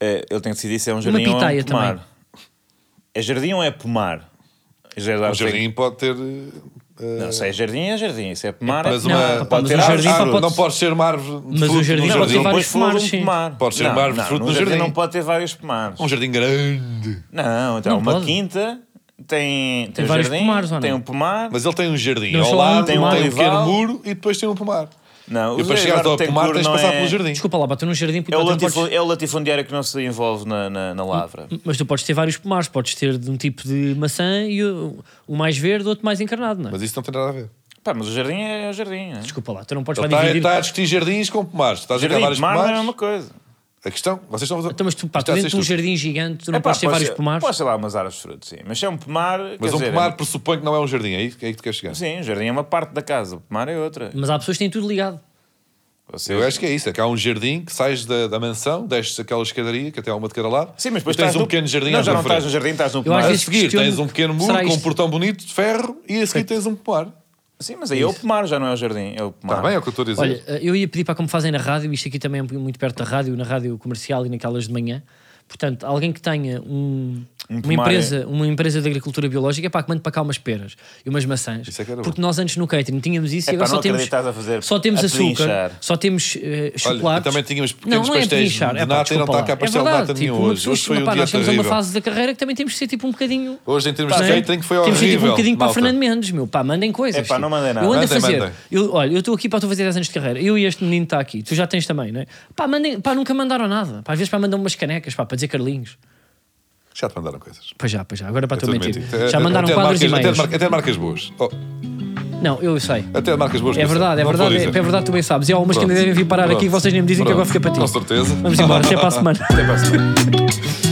Speaker 2: eh, ele tem que decidir se é um jardim ou é
Speaker 1: é. pitaia
Speaker 2: um pomar.
Speaker 1: também.
Speaker 2: É jardim ou é pomar? José
Speaker 3: O
Speaker 2: Eduardo tem-
Speaker 3: Um jardim pode ter. eh,
Speaker 2: Ah, Não, se é jardim, é jardim. Se é pomar, é,
Speaker 3: mas
Speaker 1: Não,
Speaker 3: uma-
Speaker 1: pá,
Speaker 3: pode
Speaker 1: mas
Speaker 3: ter
Speaker 1: um
Speaker 3: árvore.
Speaker 1: jardim só
Speaker 3: Árvore.
Speaker 1: pode-
Speaker 3: Não pode ser uma árvore. de
Speaker 1: Mas
Speaker 3: fruto
Speaker 1: o
Speaker 3: num
Speaker 1: jardim
Speaker 2: Não,
Speaker 1: pode
Speaker 3: um
Speaker 1: ter
Speaker 2: pode
Speaker 1: vários
Speaker 2: ter pomares,
Speaker 1: pomares, sim.
Speaker 3: Pode ser
Speaker 2: um não,
Speaker 3: uma árvore
Speaker 2: não,
Speaker 3: de fruto
Speaker 2: num
Speaker 3: no
Speaker 2: jardim.
Speaker 3: jardim.
Speaker 2: não pode ter vários pomares.
Speaker 3: Um jardim grande.
Speaker 2: Não, então
Speaker 1: Não
Speaker 2: uma
Speaker 1: pode.
Speaker 2: quinta tem, tem, um
Speaker 1: vários
Speaker 2: jardim,
Speaker 1: pomares, ou
Speaker 2: tem
Speaker 1: não?
Speaker 2: um pomar.
Speaker 3: Mas ele tem um jardim
Speaker 1: Não,
Speaker 3: ao
Speaker 1: só há um
Speaker 3: lado, tem um,
Speaker 1: pomar.
Speaker 3: pequeno
Speaker 2: Olival.
Speaker 3: muro e depois tem um pomar.
Speaker 2: Não, o
Speaker 3: e para
Speaker 2: José
Speaker 3: chegares ao
Speaker 2: Eduardo
Speaker 3: pomar tens de
Speaker 2: Tencourt
Speaker 3: passar
Speaker 2: não é-
Speaker 3: pelo jardim.
Speaker 1: Desculpa lá, bater num jardim, puto,
Speaker 2: É o,
Speaker 1: então
Speaker 2: latifun-
Speaker 1: podes- Hum,
Speaker 2: é o latifundiário que não se envolve na, na, na lavra.
Speaker 1: Mas tu podes ter vários pomares, podes ter de um tipo de maçã e o, o mais verde, outro mais encarnado, não é?
Speaker 3: Mas isso não tem nada a ver.
Speaker 1: hum.
Speaker 2: Pá, mas o jardim é o jardim. é?
Speaker 1: Desculpa lá, tu não podes lá
Speaker 3: Está,
Speaker 1: dividir.
Speaker 3: está tá- a discutir jardins com pomares. Estás a
Speaker 2: Jardim
Speaker 3: acabar
Speaker 2: e
Speaker 3: os
Speaker 2: pomar não é a mesma
Speaker 3: pomares.
Speaker 2: coisa.
Speaker 3: A questão, vocês estão a fazer.
Speaker 1: Então, mas tu, pá,
Speaker 3: Isto
Speaker 1: tu
Speaker 3: está tá a ser
Speaker 1: dentro de um
Speaker 3: estúpido.
Speaker 1: jardim gigante, tu não
Speaker 2: É pá,
Speaker 1: podes ter
Speaker 2: pode
Speaker 1: vários
Speaker 2: ser-
Speaker 1: pomares.
Speaker 2: Pode ser lá umas árvores de fruto, sim. Mas é um pomar. quer
Speaker 3: Mas um
Speaker 2: dizer,
Speaker 3: pomar pressupõe que não é um jardim. É aí que é aí que tu queres chegar.
Speaker 2: Sim, o jardim é uma parte da casa, o pomar é outra.
Speaker 1: Mas há pessoas que têm tudo ligado.
Speaker 2: Você-
Speaker 3: Eu acho que é isso, é que há um jardim que sais da, da mansão, desces aquela escadaria, que até há uma de cada lado,
Speaker 2: Sim, mas depois
Speaker 3: e tens
Speaker 2: estás
Speaker 3: um
Speaker 2: no-
Speaker 3: pequeno jardim
Speaker 2: Não,
Speaker 3: à
Speaker 2: já
Speaker 3: tua
Speaker 2: não estás no
Speaker 3: frente.
Speaker 2: jardim, estás no
Speaker 1: Eu às
Speaker 2: pomar.
Speaker 3: A
Speaker 1: vezes
Speaker 3: seguir
Speaker 1: questiono-
Speaker 3: tens um pequeno muro
Speaker 1: será
Speaker 3: com um
Speaker 1: isto?
Speaker 3: portão bonito de ferro e a seguir tens um pomar.
Speaker 2: Sim, mas aí é o pomar, já não é o jardim, é o pomar.
Speaker 3: Está bem, é o que eu estou a dizer.
Speaker 1: Tá. Olha, eu ia pedir para como fazem na rádio, isto aqui também é muito perto da rádio, na rádio comercial e naquelas de manhã. Portanto, alguém que tenha um- uma,
Speaker 2: pomar,
Speaker 1: empresa, uma empresa de agricultura biológica, pá, que mande para cá umas peras e umas maçãs.
Speaker 3: Isso é que era bom.
Speaker 1: porque nós antes no catering tínhamos isso
Speaker 2: É
Speaker 1: e agora
Speaker 2: pá,
Speaker 1: só
Speaker 2: não
Speaker 1: temos,
Speaker 2: acreditas a fazer-
Speaker 1: só temos
Speaker 2: a
Speaker 1: açúcar,
Speaker 2: pedinchar.
Speaker 1: só temos eh,
Speaker 3: Olha,
Speaker 1: chocolates.
Speaker 3: também tínhamos
Speaker 1: não,
Speaker 3: pequenos
Speaker 1: não é
Speaker 3: pastéis
Speaker 1: pedinchar.
Speaker 3: de
Speaker 1: É pá,
Speaker 3: nata e não
Speaker 1: desculpa
Speaker 3: está
Speaker 1: lá.
Speaker 3: cá pastel
Speaker 1: é
Speaker 3: de
Speaker 1: verdade,
Speaker 3: nata
Speaker 1: tipo,
Speaker 3: nenhum
Speaker 1: uma
Speaker 3: hoje.
Speaker 1: pessoa-
Speaker 3: Hoje foi um
Speaker 1: pá,
Speaker 3: dia
Speaker 1: nós estamos a uma
Speaker 3: terrível.
Speaker 1: fase da carreira que também temos de ser tipo um bocadinho...
Speaker 3: Hoje, em termos
Speaker 1: Não
Speaker 3: de
Speaker 1: é?
Speaker 3: catering, Tá, foi
Speaker 1: Temos de ir tipo um
Speaker 3: horrível.
Speaker 1: bocadinho para
Speaker 3: malta.
Speaker 1: Fernando Mendes, meu. Pá, mandem coisas.
Speaker 2: Epá,
Speaker 1: tipo.
Speaker 2: não mandem nada.
Speaker 1: Eu ando
Speaker 3: Mandem,
Speaker 1: a fazer.
Speaker 3: mandem.
Speaker 1: Eu, olha, eu estou aqui para tu fazer 10 anos de carreira. Eu e este menino está aqui. Tu já tens também, não é? Pá, mandem, pá, nunca mandaram nada. Pá, às vezes pá, mandam umas canecas, pá, para dizer Carlinhos.
Speaker 3: Já te mandaram coisas.
Speaker 1: Pois já, pois já. Agora para
Speaker 3: É
Speaker 1: tu
Speaker 3: tudo
Speaker 1: mentir.
Speaker 3: mentira.
Speaker 1: Já
Speaker 3: Até-
Speaker 1: mandaram
Speaker 3: até de
Speaker 1: quadros e meios.
Speaker 3: marcas- até de mar- Até de marcas boas. Oh,
Speaker 1: Não, eu sei.
Speaker 3: Até de marcas boas.
Speaker 1: É verdade, é
Speaker 3: Não vou
Speaker 1: verdade, é,
Speaker 3: dizer.
Speaker 1: é verdade, tu bem sabes. E há algumas que ainda
Speaker 3: Pronto.
Speaker 1: devem vir parar aqui
Speaker 3: Pronto.
Speaker 1: e vocês nem me dizem que
Speaker 3: Pronto.
Speaker 1: agora fica para ti.
Speaker 3: Com certeza.
Speaker 1: Vamos embora, até para a semana.
Speaker 3: Até para a semana.